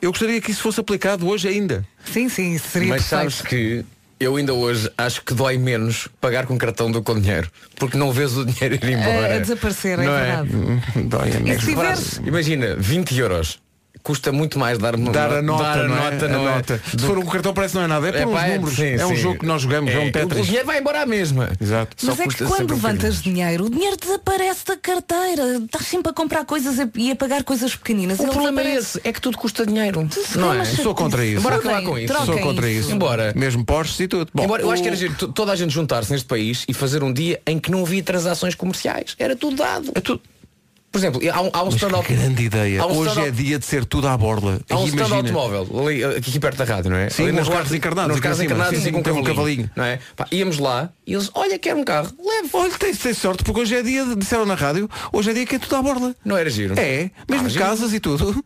D: eu gostaria que isso fosse aplicado hoje ainda.
A: Sim, sim, seria
G: Mas sabes que eu ainda hoje acho que dói menos pagar com cartão do que com dinheiro. Porque não vês o dinheiro ir embora.
A: A- a desaparecer, é
G: Não
A: verdade.
G: É
D: Dói
A: E se tiveres-
G: Imagina, 20 euros. Custa muito mais um dar, uma-
D: Dar a nota,
G: dar a
D: não é?
G: nota,
D: A
G: não é?
D: nota. Se
G: Do-
D: for um cartão parece que não é nada, é por uns
G: pá,
D: números.
G: sim,
D: É um
G: sim.
D: jogo que nós jogamos, é um Tetris.
G: O dinheiro vai embora à mesma.
D: Exato.
A: Mas é que quando
D: um
G: um
A: levantas dinheiro, o dinheiro desaparece da carteira. Estás sempre a comprar coisas e- e a pagar coisas pequeninas.
G: O
A: Ele
G: problema
A: desaparece.
G: é esse, é que tudo custa dinheiro.
A: Não é?
D: Sou contra isso.
G: Bora acabar com é isso.
D: Sou contra isso.
G: Embora.
D: Mesmo Porsche e tudo. Bom,
G: Embora, eu
D: o-
G: acho que era giro to- toda a gente juntar-se neste país e fazer um dia em que não havia transações comerciais. Era tudo dado.
D: É
G: Por exemplo, há um, há um
D: Mas que
G: stand-up.
D: grande ideia.
G: há um
D: Hoje
G: stand-up-
D: é dia de ser tudo à borla.
G: Há um stand
D: Imagina.
G: automóvel ali, aqui perto da rádio, não é?
D: Sim,
G: ali
D: com
G: nas
D: os
G: ruas-
D: carros encarnados,
G: Nos
D: aqui
G: carros
D: em cima.
G: encarnados
D: Sim,
G: e com um
D: tem um
G: cavalinho.
D: cavalinho.
G: Não é? Pá, íamos lá e eles, olha, quero um carro, leve.
D: Olha, tens, tens sorte, porque hoje é dia, de- disseram na rádio, hoje é dia que é tudo à borla.
G: Não era giro.
D: É, mesmo
G: Ah, giro.
D: casas e tudo.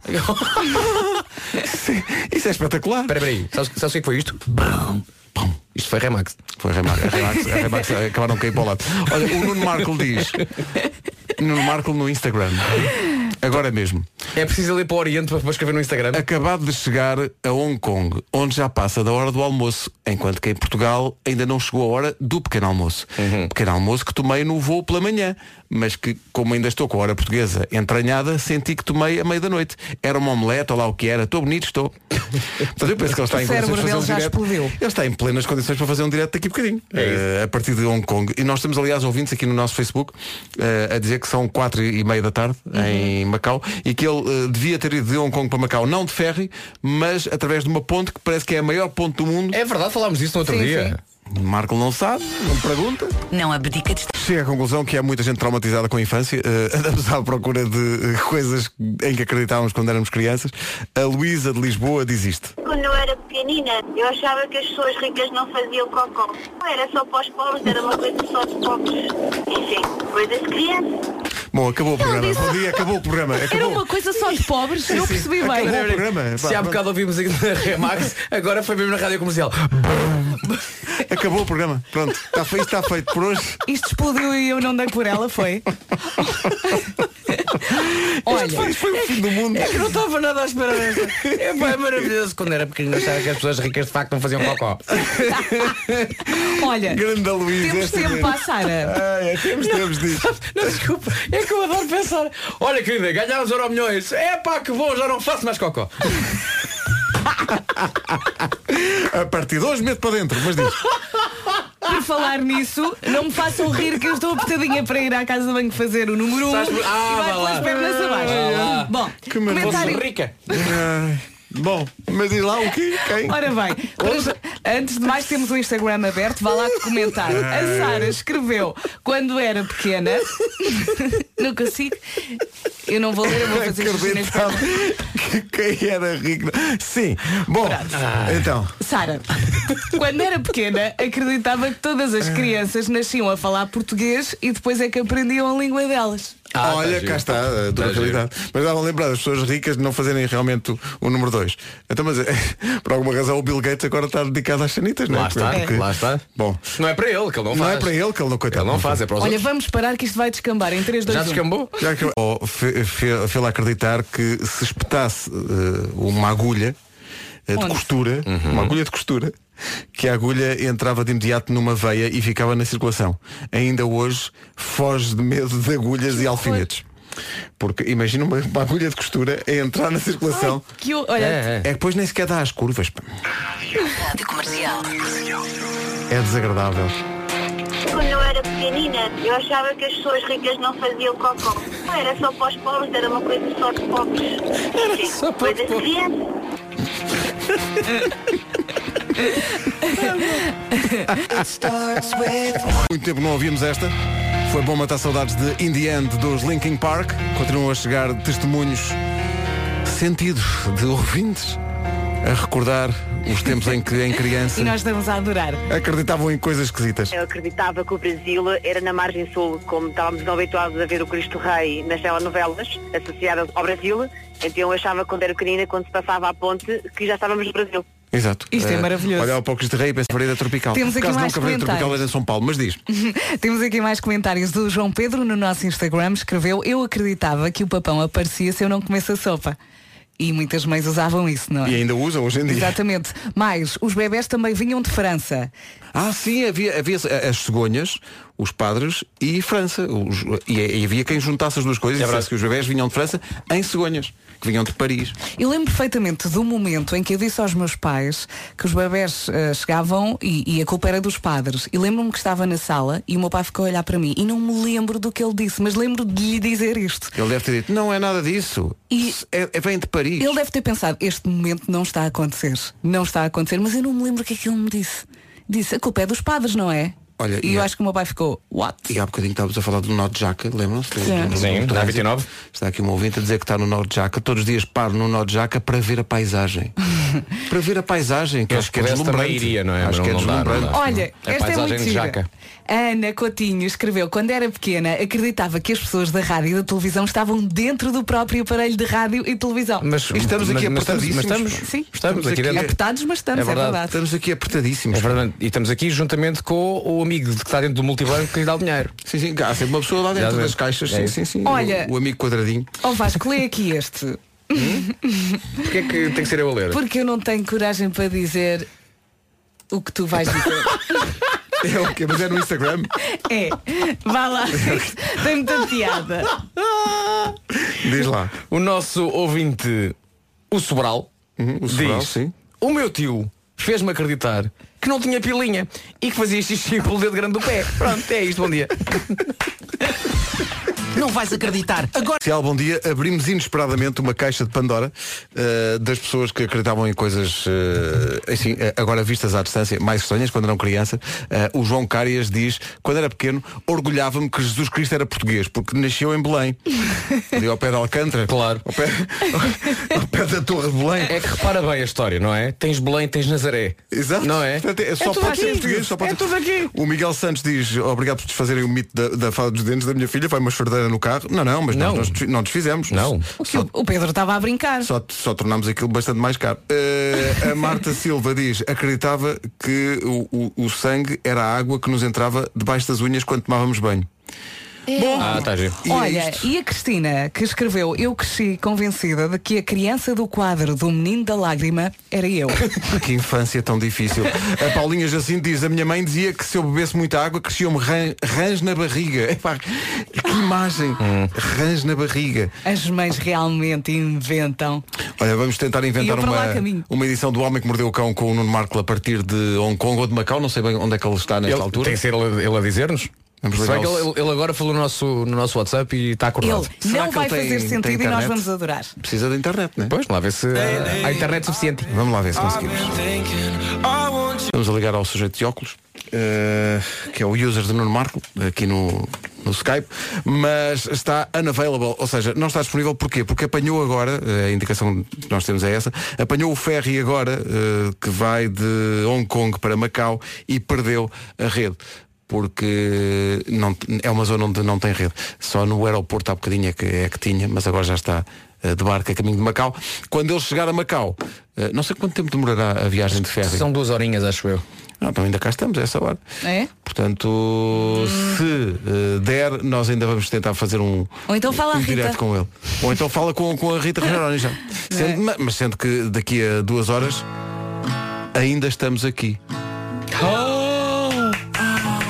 D: Sim, Isso é espetacular.
G: Espera aí, sabes, sabes o que é que foi isto? Isto foi Remax.
D: Foi Remax, Remax, Remax eh, acabaram de cair para o lado. Olha, o Nuno Marco diz. Nuno Marco no Instagram. Agora mesmo.
G: É preciso ler para o Oriente para, para escrever no Instagram.
D: Acabado de chegar a Hong Kong, onde já passa da hora do almoço, enquanto que em Portugal ainda não chegou a hora do pequeno almoço.
A: Uhum.
D: Pequeno almoço que tomei no voo pela manhã, mas que, como ainda estou com a hora portuguesa entranhada, senti que tomei a meia da noite. Era uma omelete, ou lá o que era, estou bonito, estou. Portanto, eu penso que ele está
A: O
D: em condições
A: cérebro
D: de fazer
A: dele
D: um
A: já
D: direto.
A: explodiu. É
D: Ele está em plenas condições para fazer um direto daqui a bocadinho. eh, a partir de Hong Kong. E nós temos, aliás, ouvintes aqui no nosso Facebook eh, a dizer que são quatro e meia da tarde em Macau e que ele eh, devia ter ido de Hong Kong para Macau, não de ferry, mas através de uma ponte que parece que é a maior ponte do mundo.
G: É verdade, falámos disso no outro
D: Sim,
G: dia.
D: Marco não sabe, não pergunta.
M: Não abdica de estar.
D: Chega à conclusão que há muita gente traumatizada com a infância. Eh, andamos à procura de eh, coisas em que acreditávamos quando éramos crianças. A Luísa de Lisboa diz isto.
M: Quando eu era pequenina, eu achava que as pessoas ricas não faziam cocó. Não era só para os pobres, era uma coisa só de pobres. Enfim, coisas de criança.
D: Bom, acabou o programa.
M: disse-
D: Bom dia, acabou o programa.
A: Era
D: Acabou.
A: uma coisa só de pobres, eu percebi bem.
D: Acabou o programa.
G: Se há bocado ouvimos aqui na Remax, agora foi mesmo na rádio comercial.
D: Acabou o programa. Pronto, está feito, está feito por hoje.
A: Isto explodiu e eu não dei por ela, foi?
G: Olha, foi o fim do mundo. É que não estava nada à espera desta. É, pá, é maravilhoso. Quando era pequenino achava que as pessoas ricas de facto não faziam cocó.
A: Olha,
D: Grande Luís,
G: temos
D: este
G: tempo
D: mesmo.
G: para a Sara.
D: Ai, é, temos, temos disso.
G: Não, desculpa, é que eu adoro pensar. Olha, querida, ganhámos euro milhões. É pá, que bom, já não faço mais cocó.
D: A partir de hoje, meto para dentro, mas diz.
A: Por falar nisso, não me façam rir que eu estou apertadinha para ir à casa de banho fazer o número 1 um,
G: Sabes por- Ah,
A: e vai
G: vá
A: pelas
G: lá.
A: pernas abaixo.
G: Vá lá.
A: Bom,
G: Que maravilha.
A: comentário-
G: Fosse rica.
D: Ai, Bom, mas diz lá o quê? Quem?
A: Ora bem, para- antes de mais temos o Instagram aberto, vá lá comentar. A Sara escreveu quando era pequena. não consigo. Eu não vou ler, eu vou fazer xixi nas
D: Acreditava que quem era rico. Sim. Bom,
G: Ah.
D: então.
A: Sara, quando era pequena, acreditava que todas as crianças nasciam a falar português e depois é que aprendiam a língua delas.
G: Ah, tá
D: Olha,
I: giro.
D: cá está a dura
I: Tá
D: realidade. Mas dava a lembrar das pessoas ricas de não fazerem realmente o, o número 2. Então, mas eh, por alguma razão o Bill Gates agora está dedicado às sanitas, não é?
G: Lá está,
D: Porque-
G: lá está.
D: Bom.
G: Não é para ele que ele não faz.
D: Não é para ele que ele não coitado.
G: Ele não faz, é para os
A: Olha, vamos parar que isto vai descambar em um. 3, 2, 1.
D: Já que oh, fe- fe- fê-la acreditar que se espetasse eh, uma agulha eh, de
A: Onde?
D: costura, uma agulha de costura, que a agulha entrava de imediato numa veia e ficava na circulação. Ainda hoje foge de medo de agulhas e alfinetes. Porque imagina uma, uma agulha de costura a entrar na circulação.
A: Ai, que o- olha-
D: é, é que depois nem sequer dá às curvas. pá.
M: Rádio comercial.
D: É desagradável.
M: Quando eu era pequenina, eu achava que as pessoas ricas não faziam cocó. Não era só para os pobres, era uma coisa só de pobres. Enfim, coisas de criança.
D: Muito tempo não ouvimos esta. Foi bom matar saudades de In The End dos Linkin Park. Continuam a chegar testemunhos sentidos de ouvintes a recordar os tempos em que em criança
A: E nós estamos a adorar.
D: acreditavam em coisas esquisitas.
N: Eu acreditava que o Brasil era na margem sul, como estávamos não habituados a ver o Cristo Rei nas telenovelas associadas ao Brasil, então eu achava quando era pequenina, quando se passava a ponte, que já estávamos no Brasil.
D: Exato.
A: Isto é
D: Eh,
A: maravilhoso.
D: Olhava para o Cristo Rei e pensava vereda tropical.
A: Temos aqui
D: Caso
A: mais
D: não, a vereda tropical
A: comentários. Uhum.
D: era em São Paulo, mas diz.
A: Temos aqui mais comentários do João Pedro no nosso Instagram. Escreveu: Eu acreditava que o papão aparecia se eu não comesse a sopa. E muitas mães usavam isso, não é?
D: E ainda usam hoje em dia.
A: Exatamente. Mas os bebés também vinham de França.
D: Ah, sim, havia, havia as cegonhas, os padres e França. Os- e, e havia quem juntasse as duas coisas e dissesse que os bebés vinham de França em cegonhas, que vinham de Paris.
A: Eu lembro perfeitamente do momento em que eu disse aos meus pais que os bebés eh, chegavam e, e a culpa era dos padres. E lembro-me que estava na sala e o meu pai ficou a olhar para mim. E não me lembro do que ele disse, mas lembro de lhe dizer isto.
D: Ele deve ter dito, não é nada disso.
A: E-
D: Isso é, é- vem de Paris.
A: Ele deve ter pensado, este momento não está a acontecer. Não está a acontecer, mas eu não me lembro o que é que ele me disse. Disse, a culpa é dos padres, não é?
D: Olha,
A: e
D: e
A: eu
D: é-
A: acho que o meu pai ficou, what?
D: E há bocadinho estávamos a falar do Norte Jaca, lembram-se? Do-
A: Sim.
D: do- do-
G: Sim,
D: do
G: da
D: trânsito.
G: 29.
D: Está aqui uma ouvinte a dizer que está no Norte Jaca. Todos os dias paro no Norte Jaca para ver a paisagem. para ver a paisagem, que
G: Eu
D: acho que é
G: pudesse também
D: deslumbrante.
G: iria, não é?
D: Acho
G: Mas
D: que é
G: não dá, não
D: deslumbrante.
G: dá. A
A: Olha, esta é
G: paisagem
A: muito
G: de
A: gira.
G: Jaca.
A: A Ana Coutinho escreveu, quando era pequena, acreditava que as pessoas da rádio e da televisão estavam dentro do próprio aparelho de rádio e televisão.
D: E estamos aqui apertadíssimos.
G: Mas estamos,
A: Sim.
G: estamos aqui
D: eh,
G: dentro.
A: Apertados, mas estamos, é verdade.
D: Estamos aqui apertadíssimos.
G: É verdade. E estamos aqui juntamente com o amigo que está dentro do multibanco que lhe dá o dinheiro.
D: Sim, sim, há sempre uma pessoa lá dentro das caixas. Sim, sim, sim.
A: Olha-
D: O, o amigo quadradinho.
A: Ó Oh, Vasco, lê aqui este.
G: Porquê é que tem que ser eu a ler?
A: Porque eu não tenho coragem para dizer o que tu vais dizer.
D: É o quê? Mas é no Instagram?
A: É, vá lá, tem muita piada.
D: Diz lá.
G: O nosso ouvinte, o Uhum, Sobral,
D: o Sobral,
G: diz,
D: sim.
G: o meu tio fez-me acreditar que não tinha pilinha e que fazia xixi pelo dedo grande do pé. Pronto, é isto, bom dia.
F: Não vais acreditar. Agora.
D: Comercial, bom dia. Abrimos inesperadamente uma caixa de Pandora eh, das pessoas que acreditavam em coisas, eh, assim, eh, agora vistas à distância, mais estranhas, quando eram criança. Eh, o João Cárias diz, quando era pequeno, orgulhava-me que Jesus Cristo era português, porque nasceu em Belém. Ali ao pé de Alcântara. Claro. Ao pé, ao pé da Torre de Belém.
G: É que repara bem a história, não é? Tens Belém, tens Nazaré.
D: Exato.
G: Não é?
D: Portanto, é só
G: tudo
D: pode ser
G: aqui.
D: português, só pode
G: É tudo aqui.
D: O Miguel Santos diz, obrigado por desfazerem o mito da, da fada dos dentes da minha filha, foi uma chordeira no carro. Não, não, mas nós não, desfi- não desfizemos. Não.
A: O, que o- o Pedro estava a brincar.
D: Só, só tornámos aquilo bastante mais caro. Eh, a Marta Silva diz, acreditava que o, o- o sangue era a água que nos entrava debaixo das unhas quando tomávamos banho. Bom. Ah, tá giro. E é
A: Olha, e a Cristina, que escreveu Eu cresci convencida de que a criança do quadro do Menino da Lágrima era eu.
D: Que infância tão difícil. A Paulinha Jacinto diz, a minha mãe dizia que se eu bebesse muita água cresciam-me ran- rãs na barriga. Epá, que imagem!
G: Hum.
D: Rãs na barriga.
A: As mães realmente inventam.
D: Olha, vamos tentar inventar
A: Iam para lá a
D: uma,
A: caminho.
D: uma edição do Homem que Mordeu o Cão com o Nuno Marco a partir de Hong Kong ou de Macau, não sei bem onde é que ele está nesta
G: Ele-
D: altura.
G: tem que ser ele, ele a dizer-nos?
D: Vamos
G: Será
D: ligar
G: que
D: o-
G: ele, ele agora falou no nosso, no nosso WhatsApp e está acordado.
A: Ele não vai fazer sentido e nós vamos adorar.
D: Precisa da internet, né?
G: Pois, Ah, lá ver se ah, há internet suficiente.
D: Vamos lá ver se conseguimos. Vamos a ligar ao sujeito de óculos, eh, que é o user de Nuno Marco, aqui no, no Skype, mas está unavailable, ou seja, não está disponível porquê? Porque apanhou agora, eh, a indicação que nós temos é essa, apanhou o ferry agora, eh, que vai de Hong Kong para Macau e perdeu a rede. Porque não, é uma zona onde não tem rede. Só no aeroporto há bocadinho é que, é que tinha, mas agora já está eh, de barco a caminho de Macau. Quando ele chegar a Macau, eh, não sei quanto tempo demorará a viagem de ferry.
G: São duas horinhas, acho eu.
D: Não, então ainda cá estamos a essa hora.
A: É? Hum.
D: Portanto, se eh, der, nós ainda vamos tentar fazer um,
A: Ou então fala à
D: um
A: Rita.
D: direto com ele. Ou então fala com, com a Rita Rogeroni já.
A: é?
D: Sendo- ma- Mas sendo que daqui a duas horas ainda estamos aqui.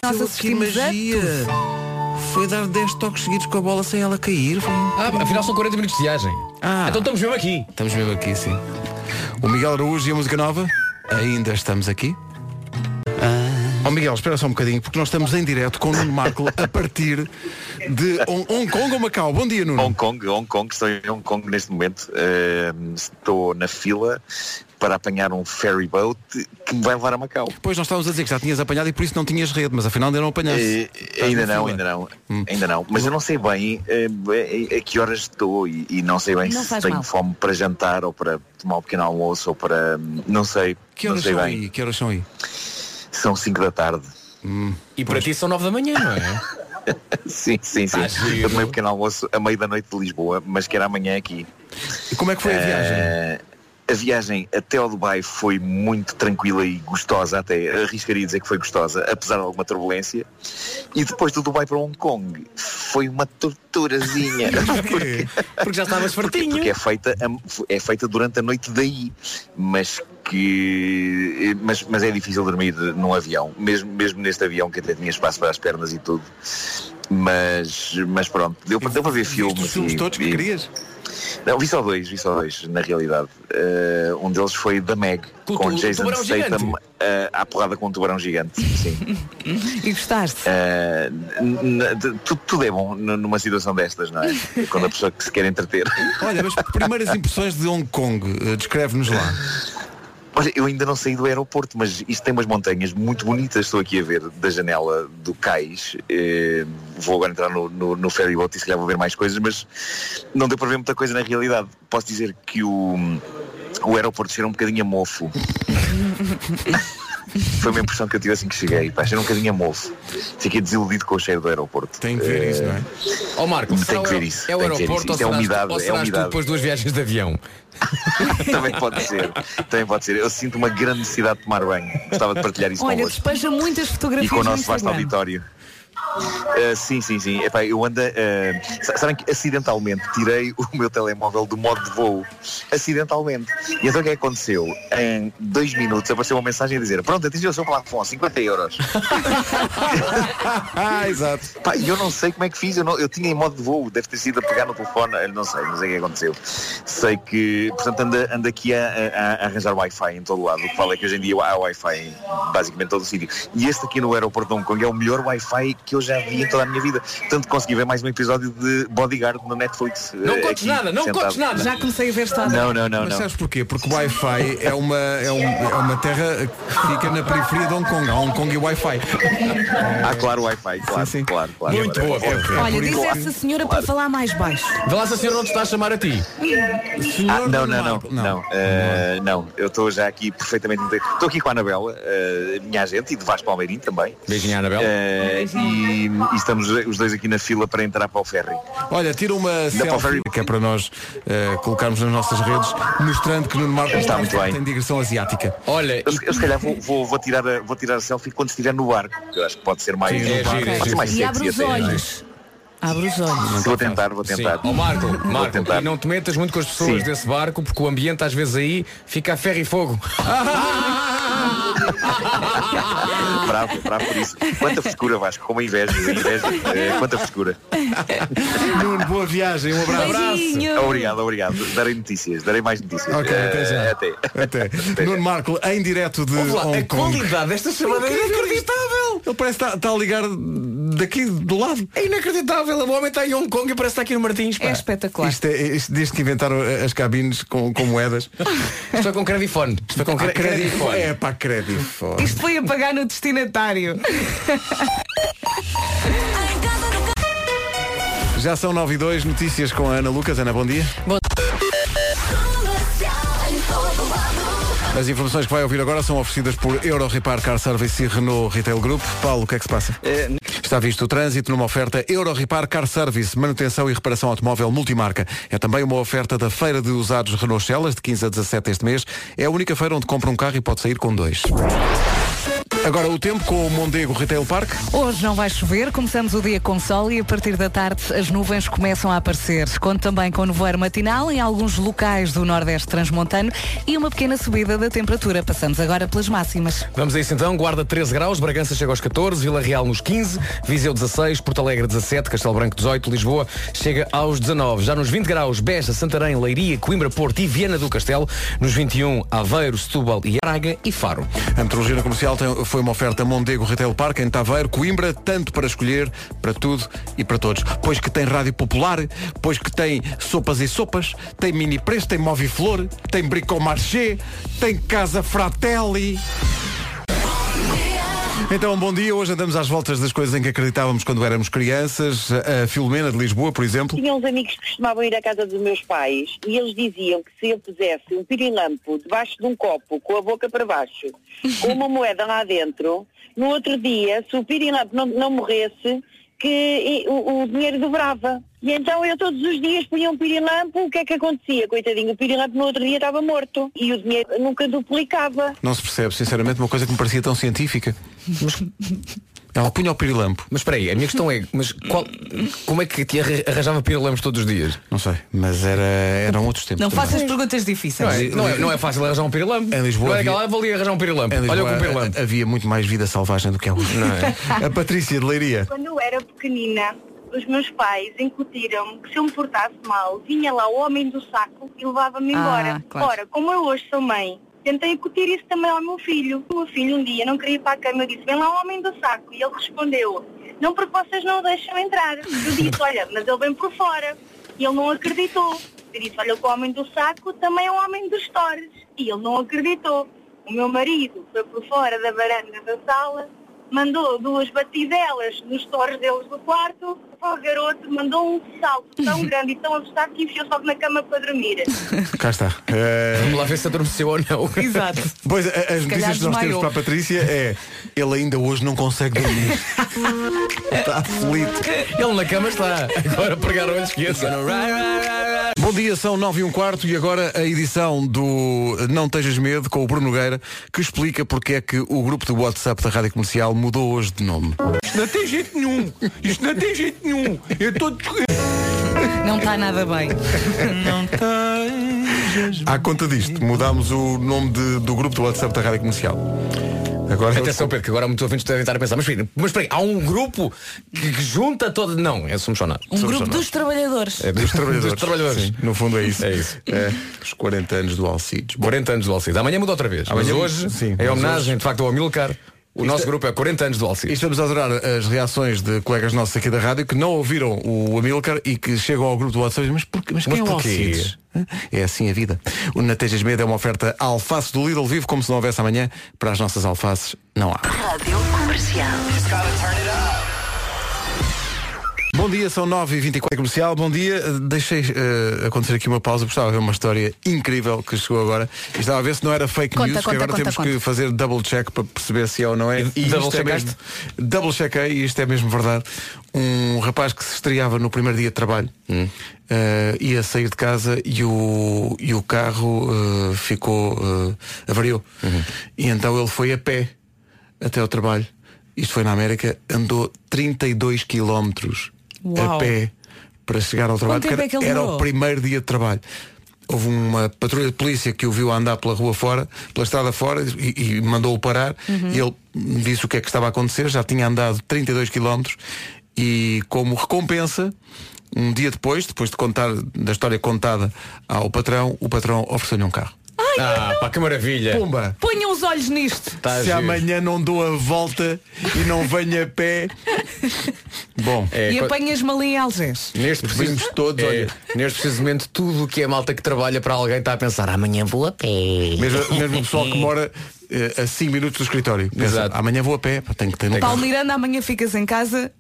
A: Nós assistimos a tudo.
D: Foi dar 10 toques seguidos com a bola sem ela cair.
G: Ah, afinal são 40 minutos de viagem.
D: Ah.
G: Então estamos mesmo aqui.
D: Estamos mesmo aqui, sim. O Miguel Araújo e a música nova. Ainda estamos aqui.
O: Ah.
D: Oh Miguel, espera só um bocadinho, porque nós estamos em direto com o Nuno Marco a partir de Hong Hong Kong ou Macau. Bom dia, Nuno.
O: Hong Kong, Hong Kong, estou em Hong Kong neste momento. Ehm, estou na fila para apanhar um ferry boat que me vai levar a Macau.
D: Pois nós estávamos a dizer que já tinhas apanhado e por isso não tinhas rede, mas afinal ainda não apanhaste.
O: Eh, ainda não, ainda não,
D: Hum.
O: ainda não. Mas eu não sei bem eh, a que horas estou e, e não sei bem
D: Não
O: se
D: faz
O: tenho
D: mal.
O: fome para jantar ou para tomar um pequeno almoço ou para. hum, Não sei.
D: Que
O: não
D: horas
O: sei
D: são
O: bem.
D: aí? Que horas são aí?
O: São 5 da tarde.
G: E para ti são 9 da manhã, não é?
O: Sim, sim, sim.
G: Ah, giro.
O: Eu tomei um pequeno almoço a meio da noite de Lisboa, mas que era amanhã aqui.
D: E como é que foi a
O: viagem? A viagem até ao Dubai foi muito tranquila e gostosa, até arriscaria dizer que foi gostosa, apesar de alguma turbulência. E depois do Dubai para Hong Kong foi uma torturazinha.
G: Porquê? Porque já estavas fartinho.
O: Porque é feita, a- é feita durante a noite daí, mas que mas, mas é difícil dormir num avião, mesmo, mesmo neste avião que até tinha espaço para as pernas e tudo. Mas, mas pronto, deu, para- deu para ver filmes.
D: os filmes
O: e-
D: todos que
O: e-
D: querias?
O: Não, vi só dois, vi só dois, na realidade. Eh, um deles foi da Meg,
A: Com
O: com
A: o tu-
O: Jason
A: tubarão
O: Statham
A: gigante.
O: eh, à porrada com um tubarão gigante. Sim.
A: E gostaste?
O: Eh, n- n- tu- tudo, é bom n- numa situação destas, não é? Quando a pessoa que se quer entreter.
D: Olha, mas primeiras impressões de Hong Kong, eh, descreve-nos lá.
O: Olha, eu ainda não saí do aeroporto, mas isto tem umas montanhas muito bonitas, estou aqui a ver, da janela do cais. Eh, vou agora entrar no, no, no ferryboat e se calhar vou ver mais coisas, mas não deu para ver muita coisa na realidade. Posso dizer que o, o aeroporto cheira um bocadinho a mofo. Foi uma impressão que eu tive assim que cheguei. Pá, cheira um bocadinho a mofo. Fiquei desiludido com o cheiro do aeroporto. Tem
D: que ver isso, não é?
G: Ó Marco,
O: Tem
G: será
O: que
G: o-
O: ver isso,
G: é o
O: tem que ver
G: aeroporto
O: isso. Isto
G: ou
O: é
G: serás,
O: umidade,
G: ou
O: é
G: serás tu
O: umidade.
G: depois de duas viagens de avião?
O: Também pode ser. Também pode ser. Eu sinto uma grande necessidade de tomar banho. Gostava de partilhar isso
A: Olha,
O: convosco.
A: despeja muitas fotografias
O: E com o
A: no
O: nosso vasto
A: Instagram.
O: auditório. Ah, sim, sim, sim. Epá, eu ando. ah, sa- sabem que acidentalmente tirei o meu telemóvel do modo de voo. Acidentalmente. E então o que é que aconteceu? Em dois minutos apareceu uma mensagem a dizer: Pronto, atingiu o seu plafond, 50 euros.
D: ah, exato.
O: Pá, e eu não sei como é que fiz. Eu, não- eu tinha em modo de voo, deve ter sido a pegar no telefone. eu Não sei, não sei o que é aconteceu. Sei que. Portanto, ando, ando aqui a, a- a arranjar Wi-Fi em todo lado. O que vale é que hoje em dia há Wi-Fi em basicamente todo o sítio. E este aqui no aeroporto de Hong Kong é o melhor Wi-Fi que eu eu já vi em toda a minha vida. Tanto que consegui ver mais um episódio de Bodyguard na Netflix.
G: Não
O: eh,
G: contes
O: aqui,
G: nada, não
O: sentado.
G: contes nada.
A: Já comecei a ver estado.
E: é
O: Não, não, não,
D: Mas
O: não.
D: sabes porquê? Porque o Wi-Fi é uma, é, um- é uma terra que fica na periferia de Hong Kong. Há Hong Kong e Wi-Fi.
O: Ah, claro, Wi-Fi, claro, claro, claro.
D: Muito boa, boa.
O: É,
A: Olha,
O: por
A: diz
O: isso-
A: essa senhora para falar mais baixo.
G: Vê lá se a senhora não te está a chamar a ti.
O: Ah, não, não, não, não, não, eh, não. eu estou já aqui perfeitamente. inte- Estou aqui com a Anabela, eh, minha agente, e de Vasco Palmeirinho também. Ah,
G: Beijinho, Anabela.
O: e, e estamos os dois aqui na fila para entrar para o ferry.
D: Olha, tira uma selfie que é para nós eh, colocarmos nas nossas redes, mostrando que Nuno Marco
O: Está muito bem.
D: tem digressão asiática.
G: Olha,
O: eu, se- eu se calhar vou, vou- vou tirar a, vou tirar a selfie quando estiver no barco. que Eu acho que pode ser mais,
G: Sim, é giro, é
O: pode ser
G: giro.
O: mais
A: E
O: sexy
A: abre os
O: até, não é?
A: olhos. Abre os olhos.
O: Vou tentar, vou tentar.
G: Ó Oh, Marco, Marco,
O: tentar.
G: e não te metas muito com as pessoas
O: Sim.
G: desse barco, porque o ambiente às vezes aí fica a ferro e fogo.
O: bravo, bravo por isso. Quanta frescura, Vasco, como inveja, inveja. eh, quanta frescura.
D: Nuno, boa viagem, um abraço.
O: Obrigado, obrigado. Darei notícias, darei mais notícias.
D: Ok, até já.
O: Eh, até.
D: Até. Nuno Marco, em direto de
O: Ouve lá, é
D: Hong
O: a
D: Kong.
O: qualidade desta chamada é
G: inacreditável.
D: Ele parece que está, está a ligar daqui do lado.
G: É inacreditável, o homem está em Hong Kong e parece que está aqui no Martins. pá.
A: É espetacular.
D: Isto é, isto, desde que inventaram eh, as cabines com, com moedas. Ah,
G: Isto foi com credifone. Isto foi com cre- credifone.
D: É para credifone.
A: Isto foi a pagar no destinatário.
D: Já são 9 e 2, notícias com a Ana Lucas. Ana, bom dia.
B: Bom-
D: As informações que vai ouvir agora são oferecidas por Euro Repar Car Service e Renault Retail Group. Paulo, o que é que se passa? Está visto o trânsito numa oferta Euro Repar Car Service, manutenção e reparação automóvel multimarca. É também uma oferta da feira de usados Renault Celas, de 15 a 17 este mês. É a única feira onde compra um carro e pode sair com dois. Agora o tempo com o Mondego Retail Park.
A: Hoje não vai chover, começamos o dia com sol e a partir da tarde as nuvens começam a aparecer. Conto também com nevoeiro matinal em alguns locais do Nordeste Transmontano e uma pequena subida da temperatura. Passamos agora pelas máximas.
G: Vamos a isso então, Guarda 13 graus, Bragança chega aos 14, Vila Real nos 15, Viseu 16, Porto Alegre 17, Castelo Branco 18, Lisboa chega aos 19. Já nos 20 graus, Beja, Santarém, Leiria, Coimbra, Porto e Viana do Castelo, nos 21, Aveiro, Setúbal e Araga e Faro.
D: A metrologia no comercial tem- foi uma oferta Mondego Retail Park em Taveiro, Coimbra, tanto para escolher, para tudo e para todos. Pois que tem rádio popular, pois que tem sopas e sopas, tem mini preço, tem moviflor, tem bricomarché, tem casa fratelli. Então, bom dia. Hoje andamos às voltas das coisas em que acreditávamos quando éramos crianças. A Filomena de Lisboa, por exemplo.
M: Tinha uns amigos que costumavam ir à casa dos meus pais e eles diziam que se eu pusesse um pirilampo debaixo de um copo, com a boca para baixo, com uma moeda lá dentro, no outro dia, se o pirilampo não, não morresse, que e- o, o dinheiro dobrava. E então eu todos os dias punha um pirilampo, o que é que acontecia? Coitadinho, o pirilampo no outro dia estava morto e o dinheiro nunca duplicava.
D: Não se percebe, sinceramente, uma coisa que me parecia tão científica. Ela punha o pirilampo.
G: Mas espera aí, a minha questão é, mas qual- como é que te arra- arranjava piralamos todos os dias?
D: Não sei, mas era, eram outros tempos.
A: Não
D: também.
A: faças perguntas difíceis.
G: Não é, não é- não é fácil arranjar um pirilampo.
D: Em Lisboa
G: Não é
D: havia-
G: aquela, "Ah, vou ali arranjar um pirilampo.
D: Em
G: Olha
D: Lisboa,
G: com o pirilampo.
D: a- Havia muito mais vida selvagem do que há hoje.
G: Não
D: é? A Patrícia de Leiria.
P: Quando eu era pequenina, os meus pais incutiram-me que se eu me portasse mal, vinha lá o homem do saco e levava-me
Q: Ah,
P: embora.
Q: claro.
P: Ora, como eu hoje sou mãe, tentei incutir isso também ao meu filho. O meu filho um dia não queria ir para a cama, eu disse, vem lá o homem do saco. E ele respondeu, não porque vocês não o deixam entrar. Eu disse, olha, mas ele vem por fora. E ele não acreditou. Eu disse, olha, que o homem do saco também é o homem dos torres. E ele não acreditou. O meu marido foi por fora da varanda da sala mandou duas batidelas nos torres deles do quarto, o garoto mandou um salto tão grande e tão assustado que enfiou só na cama para dormir.
D: Cá está. Eh,
G: Vamos lá ver se adormeceu ou não.
A: Exato.
D: Pois, a- as notícias que nós temos
A: desmaiou.
D: para a Patrícia é ele ainda hoje não consegue dormir. está aflito.
G: Ele na cama está. Agora pregaram olhos esqueça.
D: Bom dia, são 9 e um quarto e agora a edição do Não Tejas Medo com o Bruno Nogueira que explica porque é que o grupo do WhatsApp da Rádio Comercial mudou hoje de nome.
J: Isto não tem jeito nenhum. Isto não tem jeito nenhum. Eu estou...
A: Não está nada bem.
J: Não tem.
D: À conta disto, mudámos o nome de- do grupo do WhatsApp da Rádio Comercial. Agora é
G: Atenção, Pedro, que agora muitos ouvintes devem estar a pensar, mas espera, mas espera aí, há um grupo que, que junta todo. Não, é somos só nós.
A: Um
G: Somos
A: grupo
G: só nós.
A: dos trabalhadores.
D: É dos trabalhadores.
G: Dos trabalhadores.
D: Sim, no fundo é isso.
G: É isso.
D: os 40 anos do Alcides.
G: 40 anos do Alcides. Amanhã muda outra vez.
D: Amanhã
G: mas
D: muda-
G: hoje
D: sim,
G: é
D: mas
G: homenagem, de facto, ao Amilcar. O nosso grupo é 40 anos do Alcides.
D: E estamos a adorar as reações de colegas nossos aqui da rádio que não ouviram o Amilcar e que chegam ao grupo do WhatsApp mas, porquê, mas quem
G: Mas
D: é o
G: porquê?
D: Alcides? Hã? É assim a vida. O Natejas Medo é uma oferta alface do Lidl vivo como se não houvesse amanhã. Para as nossas alfaces, não há.
Q: Rádio Comercial.
D: Bom dia, são 9h24 comercial. Bom dia. Eh, Deixei eh, acontecer aqui uma pausa, porque estava a ver uma história incrível que chegou agora. E estava a ver se não era fake
A: Conta,
D: news,
A: conta,
D: que agora
A: conta,
D: temos
A: conta.
D: que fazer double check para perceber se é ou não é.
G: E
D: isto é
G: double-checaste?
D: mesmo- double checkei, e isto é mesmo verdade. Um rapaz que se estreava no primeiro dia de trabalho eh, ia sair de casa e o, e o carro eh, ficou. eh, avariou. E então ele foi a pé até ao trabalho. Isto foi na América, andou 32 quilómetros a
A: Uau.
D: pé para chegar ao trabalho.
A: Quanto tempo
D: porque
A: é que ele
D: era
A: demorou?
D: o primeiro dia de trabalho. Houve uma patrulha de polícia que o viu a andar pela rua fora, pela estrada fora, e, e mandou-o parar.
R: Uhum.
D: E ele disse o que é que estava a acontecer, já tinha andado 32 quilómetros e como recompensa, um dia depois, depois de contar da história contada ao patrão, o patrão ofereceu-lhe um carro.
G: Ah, pá, que maravilha.
D: Pumba!
A: Ponham os olhos nisto.
G: Tá
D: Se
G: giro.
D: amanhã não dou a volta e não venho a pé. Bom,
G: É,
A: e
G: co-
A: apanhas-me ali em Algés.
G: Neste preciso, É. todos, neste preciso momento, tudo o que é malta que trabalha para alguém está a pensar amanhã vou a pé.
D: mesmo, mesmo o pessoal que mora eh, a 5 minutos do escritório. Pensa,
G: Exato.
D: Amanhã vou a pé, pá, tenho que
G: É,
D: ter um
A: Paulo
D: carro.
A: Miranda, amanhã ficas em casa.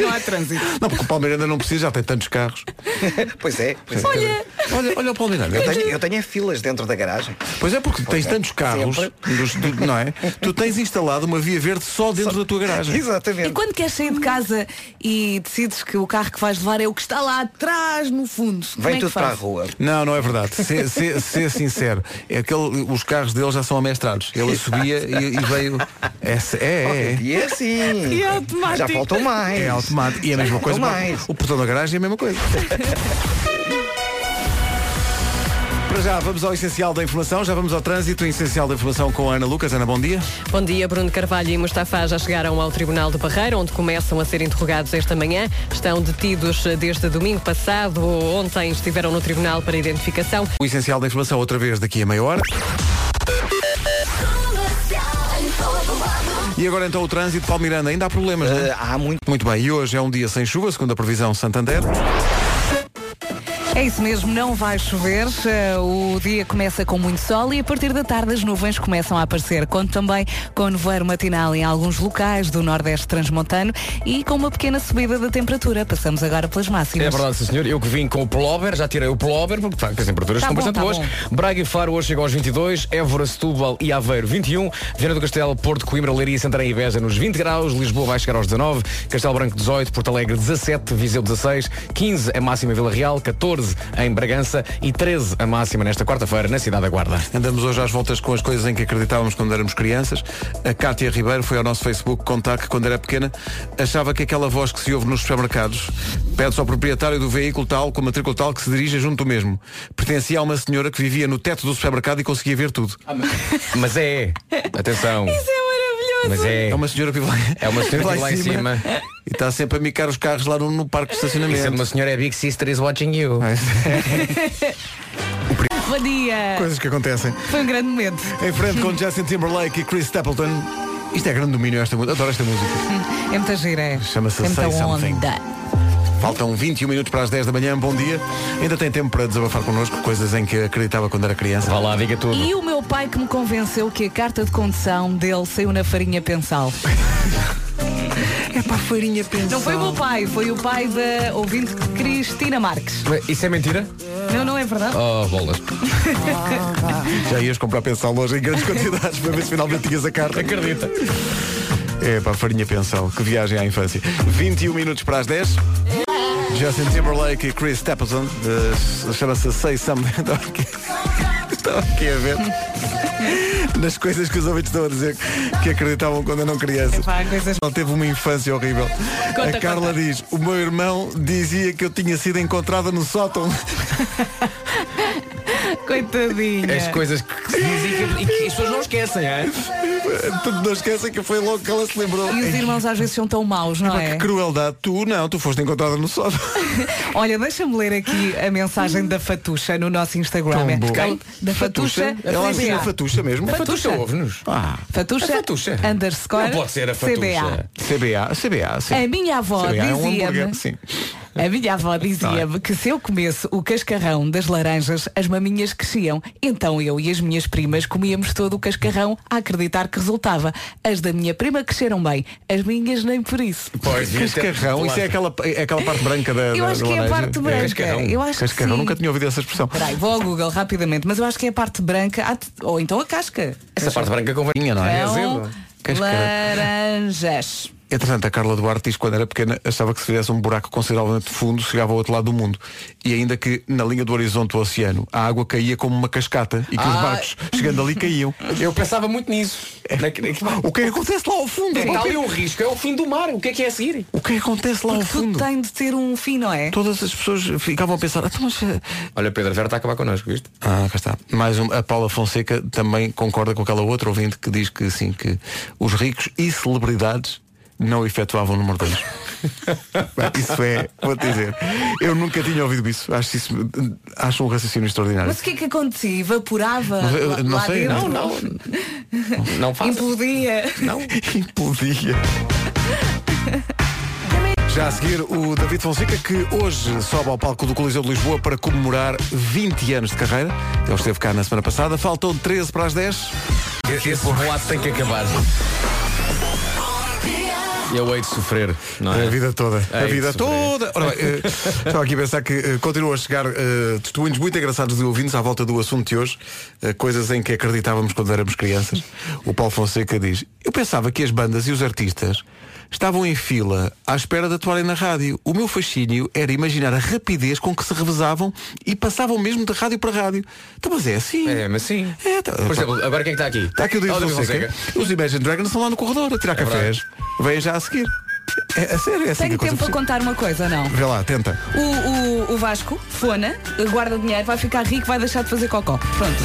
A: Não há trânsito.
D: Não, porque o Palmeiranda não precisa, já tem tantos carros.
K: pois é, pois é.
A: Olha.
D: olha, olha o Palmeiranda.
K: Eu tenho, eu tenho é filas dentro da garagem.
D: Pois é, porque
K: Pois
D: tens
K: é.
D: tantos carros, dos- do- não é? Tu tens instalado uma via verde só dentro da tua garagem.
G: É.
A: E
K: Exatamente.
A: quando queres sair de casa e decides que o carro que vais levar é o que está lá atrás, no fundo. como é que fazes?
D: Não, não é verdade. Ser, ser, ser sincero, é aquele, os carros dele já são amestrados. Ele subia e, e veio. É, é, é.
K: E é assim.
A: E é automático.
K: Já faltam mais.
D: É automático. E a mesma
K: Já
D: coisa.
K: faltam
D: para-
K: mais.
D: O portão da garagem é a mesma coisa. Para já, vamos ao essencial da informação, já vamos ao trânsito, o essencial da informação com a Ana Lucas. Ana, bom dia.
B: Bom dia, Bruno Carvalho e Mustafa já chegaram ao Tribunal de Barreira, onde começam a ser interrogados esta manhã. Estão detidos eh, desde domingo passado. Ontem estiveram no Tribunal para identificação.
D: O essencial da informação, outra vez, daqui a meia hora. E agora então o trânsito, Paulo Miranda, ainda há problemas, não é?
K: Há muito.
D: Muito bem, e hoje é um dia sem chuva, segundo a previsão Santander.
A: É isso mesmo, não vai chover. eh, O dia começa com muito sol e a partir da tarde as nuvens começam a aparecer. Conto também com nevoeiro matinal em alguns locais do Nordeste Transmontano e com uma pequena subida da temperatura. Passamos agora pelas máximas.
G: É verdade, sim senhor. Eu que vim com o pullover, já tirei o pullover, porque pá, as temperaturas
A: Tá
G: estão
A: bom,
G: bastante
A: tá
G: boas. Braga e Faro hoje chegam aos 22, Évora, Setúbal e Aveiro 21, Viana do Castelo, Porto, Coimbra, Leiria, Santarém e Beja nos 20 graus, Lisboa vai chegar aos 19, Castelo Branco 18, Porto Alegre 17, Viseu 16, 15 a máxima em Vila Real, 14 em Bragança e 13 a máxima nesta quarta-feira na Cidade da Guarda.
D: Andamos hoje às voltas com as coisas em que acreditávamos quando éramos crianças. A Cátia Ribeiro foi ao nosso Facebook contar que quando era pequena achava que aquela voz que se ouve nos supermercados pede-se ao proprietário do veículo tal, com matrícula tal, que se dirija junto do mesmo. Pertencia a uma senhora que vivia no teto do supermercado e conseguia ver tudo.
G: Mas é, atenção.
A: é
G: Mas é.
D: uma senhora que vive lá,
G: É uma senhora que vive lá em cima.
D: E está sempre a micar os carros lá no, no parque de
G: E
D: estacionamento. É.
G: sendo uma senhora é Big Sister is watching you.
A: Bom dia.
D: Coisas que acontecem.
A: Foi um grande momento.
D: Em frente com Justin Timberlake e Chris Stapleton. Isto é grande domínio esta música. Adoro esta música.
A: É muita gira. é.
D: Chama-se
A: é muita
D: Say Something.
A: onda.
D: Faltam 21 minutos para as 10 da manhã, bom dia. Ainda tem tempo para desabafar connosco coisas em que acreditava quando era criança.
G: Vá lá, diga tudo.
A: E o meu pai que me convenceu que a carta de condução dele saiu na farinha pensal.
D: É para a farinha pensal.
A: Não foi o meu pai, foi o pai da ouvinte Cristina Marques.
G: Isso é mentira?
A: Não, não é verdade?
G: Oh, bolas.
D: Já ias comprar pensal hoje em grandes quantidades para ver se finalmente tinhas a carta.
G: Acredita.
D: É para a farinha pensal, que viagem à infância. 21 minutos para as 10. Justin Timberlake e Chris Stapleton eh, chama-se Say Something. Estava aqui- Estava aqui a ver. Nas coisas que os ouvintes estão a dizer que acreditavam quando eram crianças.
A: Epá, coisas-
D: Ela teve uma infância horrível.
A: Conta,
D: a Carla
A: conta.
D: diz, o meu irmão dizia que eu tinha sido encontrada no sótão.
A: Coitadinha.
D: É.
G: As coisas que diz e que, e que as pessoas não esquecem, é?
D: Tudo não esquecem que foi logo que ela se lembrou.
A: E os irmãos às vezes são tão maus, não é?
D: Que crueldade. Tu não, tu foste encontrada no sótão.
A: Olha, deixa-me ler aqui a mensagem da Fatuxa no nosso Instagram.
D: Tão
A: É-
D: boa.
A: Ela- Da Fatuxa.
D: Fatuxa? Ela
A: CBA.
D: assina a Fatuxa mesmo? A Fatuxa ouve-nos? Ah.
A: Fatuxa. Underscore. CBA.
D: CBA. CBA, sim.
A: A minha avó
D: CBA é um
A: dizia-me.
D: hambúrguer, sim.
A: a minha
D: é?
A: avó dizia-me que se eu comesse o cascarrão das laranjas, as maminhas cresciam. Então eu e as minhas primas comíamos todo o cascarrão a acreditar que resultava. As da minha prima cresceram bem, as minhas nem por isso.
G: então,
D: Cascarrão, isso é aquela, é aquela parte branca da,
A: Eu
D: da-
A: acho
D: da
A: que é a
D: laranja.
A: parte branca.
D: Cascarrão,
A: Eu acho que
D: Cascarrão.
A: sim.
D: nunca tinha ouvido essa expressão.
A: Peraí, vou ao Google rapidamente, mas eu acho que é a parte branca, ah, t- ou então a casca.
D: Essa parte branca com varinha, não é? É
A: Então,
D: azedo. Cascarão.
A: laranjas.
D: Entretanto, a Carla Duarte diz que quando era pequena achava que se fizesse um buraco consideravelmente fundo chegava ao outro lado do mundo. E ainda que na linha do horizonte do oceano a água caía como uma cascata e que os
G: Ah.
D: barcos chegando ali caíam.
G: Eu pensava muito nisso.
D: O que é que acontece lá ao fundo?
G: Está ali um risco, é o fim do mar. O que é que é a seguir?
D: O que é que acontece lá
A: Porque
D: ao fundo?
A: tudo tem de ter um fim, não é?
D: Todas as pessoas ficavam a pensar, "Ah, então, mas, eh,
G: Olha, Pedro, a Vera está a acabar connosco, viste?
D: Ah, cá está. Mais um, a Paula Fonseca também concorda com aquela outra ouvinte que diz que sim, que os ricos e celebridades não efetuavam número 2. isso é, vou te dizer. Eu nunca tinha ouvido isso. Acho, isso, acho um raciocínio extraordinário.
A: Mas o que é que acontecia? Evaporava?
D: Não, eu-
A: lá-
D: não
A: lá
D: sei,
A: dentro?
D: não, Não
A: Implodia?
D: Implodia. Já a seguir, o David Fonseca, que hoje sobe ao palco do Coliseu de Lisboa para comemorar 20 anos de carreira. Ele esteve cá na semana passada. Faltam 13 para as 10.
G: Esse relato tem que acabar. Eu hei de sofrer, não é?
D: A vida toda.
G: Hei
D: a
G: de
D: vida
G: sofrer.
D: toda. Ora bem, eh, estava aqui a pensar que eh, continuam a chegar eh, testemunhos muito engraçados de ouvintes à volta do assunto de hoje, eh, coisas em que acreditávamos quando éramos crianças. O Paulo Fonseca diz: Eu pensava que as bandas e os artistas estavam em fila à espera de atuarem na rádio. O meu fascínio era imaginar a rapidez com que se revezavam e passavam mesmo de rádio para rádio. Então, mas é assim.
G: É, mas sim.
D: É, tá-
G: Por exemplo, agora quem é que está aqui?
D: Está aqui o David
G: Olha É
D: Fonseca. Os Imagine Dragons estão lá no corredor a tirar cafés. Venha já a seguir. É, a sério, é assim que
A: Tenho
D: a coisa
A: tempo para contar uma coisa, não?
D: Vê lá, tenta.
A: O, o, o Vasco, fona, guarda dinheiro, vai ficar rico, vai deixar de fazer cocó. Pronto.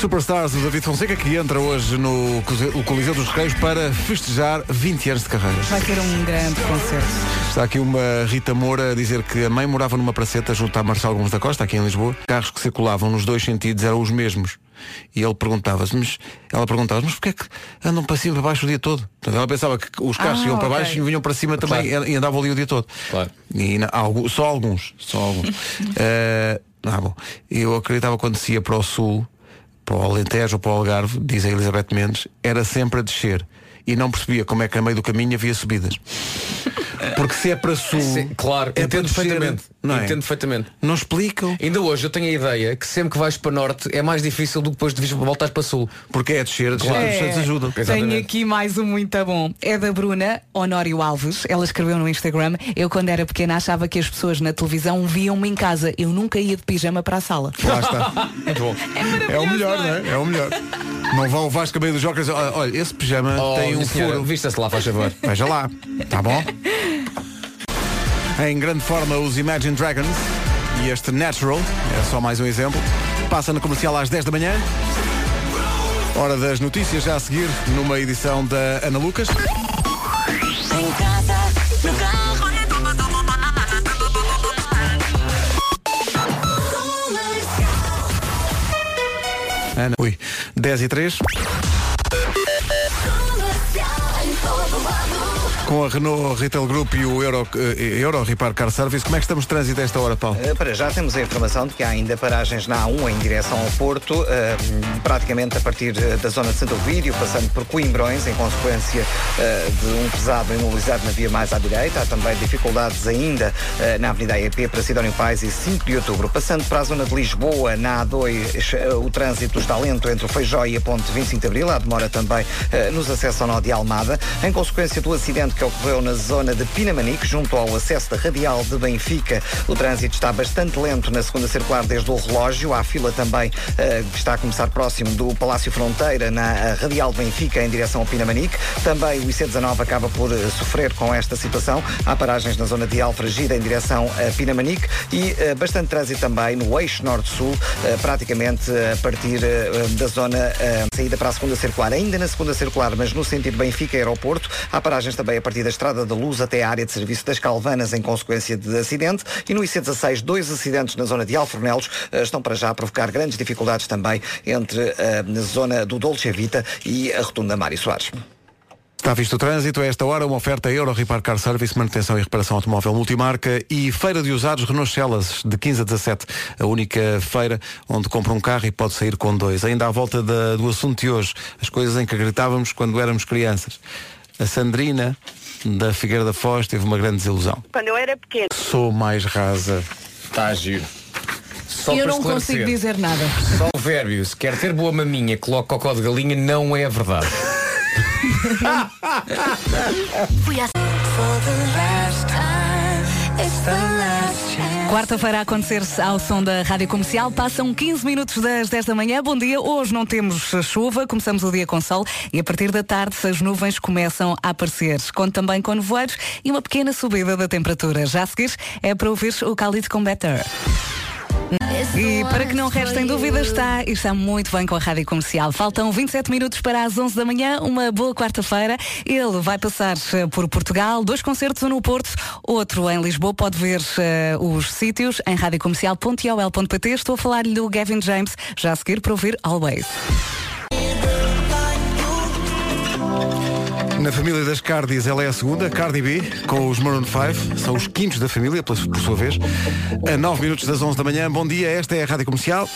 D: Superstars do David Fonseca que entra hoje no Cose- o Coliseu dos Reis para festejar 20 anos de carreira.
A: Vai ter um grande concerto.
D: Está aqui uma Rita Moura a dizer que a mãe morava numa praceta junto a Marcelo Gomes da Costa, aqui em Lisboa. Carros que circulavam nos dois sentidos eram os mesmos. E ele perguntava-se, mas ela perguntava-se, mas porquê é que andam para cima e para baixo o dia todo? Portanto, ela pensava que os carros
G: Ah,
D: iam para
G: ok.
D: baixo e vinham para cima também e andavam ali o dia todo. Claro. E na- algu- só alguns, só alguns. Eh, ah, bom. Eu acreditava que quando se ia para o sul, para o Alentejo ou para o Algarve, diz a Elizabeth Mendes, era sempre a descer. E não percebia como é que a meio do caminho havia subidas. Porque se é para sul.
G: Sim, claro,
D: é para
G: entendo
D: descer,
G: perfeitamente.
D: Não é?
G: Entendo perfeitamente.
D: Não explicam.
G: Ainda hoje eu tenho a ideia que sempre que vais para norte é mais difícil do que depois de vir- voltares para sul.
D: Porque é descer, descer, descer, descer, ajudam.
A: Tenho aqui mais um muito bom. É da Bruna Honório Alves. Ela escreveu no Instagram. Eu quando era pequena achava que as pessoas na televisão viam-me em casa. Eu nunca ia de pijama para a sala.
D: Lá está. Muito bom. É, o melhor, não é? É o melhor. Não vá o Vasco a meio dos jogos. Olha, olha, esse pijama
G: Oh,
D: tem um
G: minha senhora,
D: furo.
G: Vista-se lá, faz favor.
D: Veja lá. Tá bom? Em grande forma os Imagine Dragons e este Natural, é só mais um exemplo. Passa na comercial às 10 da manhã. Hora das notícias já a seguir numa edição da Ana Lucas.
H: Em casa, no carro.
D: Ana, ui, 10 e 3. Com a Renault Retail Group e o Euro, eh, Euro Repar Car Service, como é que estamos de trânsito a esta hora, Paulo?
K: Uh, Para já temos a informação de que há ainda paragens na A1 em direção ao Porto, uh, praticamente a partir uh, da zona de Santo Ovídio, passando por Coimbrões, em consequência uh, de um pesado imobilizado na via mais à direita. Há também dificuldades ainda uh, na Avenida AEP para Sidónio Pais e 5 de Outubro. Passando para a zona de Lisboa, na A2, uh, o trânsito está lento entre o eh, Feijó e a ponte 25 de Abril. Há demora também uh, nos acessos ao nó de Almada. Em consequência do acidente que que ocorreu na zona de Pinamanique, junto ao acesso da Radial de Benfica. O trânsito está bastante lento na segunda circular desde o relógio. Há fila também eh, que está a começar próximo do Palácio Fronteira, na Radial de Benfica, em direção ao Pinamanique. Também o IC19 acaba por eh, sofrer com esta situação. Há paragens na zona de Alfragida, em direção a Pinamanique, e eh, bastante trânsito também no eixo norte-sul, eh, praticamente eh, a partir eh, eh, da zona eh, saída para a segunda circular. Ainda na segunda circular, mas no sentido Benfica-Aeroporto, há paragens também a partir da Estrada da Luz até à área de serviço das Calvanas, em consequência de acidente. E no IC16, dois acidentes na zona de Alfornelos eh, estão para já a provocar grandes dificuldades também entre eh, na zona do Dolce Vita e a Rotunda Mário Soares.
D: Está visto o trânsito, a esta hora uma oferta Euro Repar Car Service, manutenção e reparação automóvel multimarca e feira de usados Renault Celas, de 15 a 17, a única feira onde compra um carro e pode sair com dois. Ainda à volta da- do assunto de hoje, as coisas em que gritávamos quando éramos crianças. A Sandrina, da Figueira da Foz, teve uma grande desilusão.
L: Quando eu era pequena.
D: Sou mais rasa. Tá
G: Está a giro. Só
A: eu
G: para
A: não
G: esclarecer.
A: consigo dizer nada.
G: Só o vérbio, se quer ter boa maminha, coloca cocó de galinha, não é verdade.
H: Fui a...
A: Quarta-feira a acontecer-se ao som da Rádio Comercial. Passam 15 minutos das 10 da manhã. Bom dia. Hoje não temos chuva, começamos o dia com sol e a partir da tarde as nuvens começam a aparecer. Conto também com nevoeiros e uma pequena subida da temperatura. Já a seguir é para ouvir o Khalid com Better. E para que não restem dúvidas, está, está muito bem com a Rádio Comercial. Faltam 27 minutos para as 11 da manhã, uma boa quarta-feira. Ele vai passar eh, por Portugal, dois concertos, um no Porto, outro em Lisboa. Pode ver eh, os sítios em radiocomercial.iol.pt. Estou a falar-lhe do Gavin James, já a seguir para ouvir Always.
D: Na família das Cardis, ela é a segunda, Cardi B, com os Maroon 5, são os quintos da família, pela- por sua vez. A 9 minutos das 11 da manhã, bom dia, esta é a Rádio Comercial.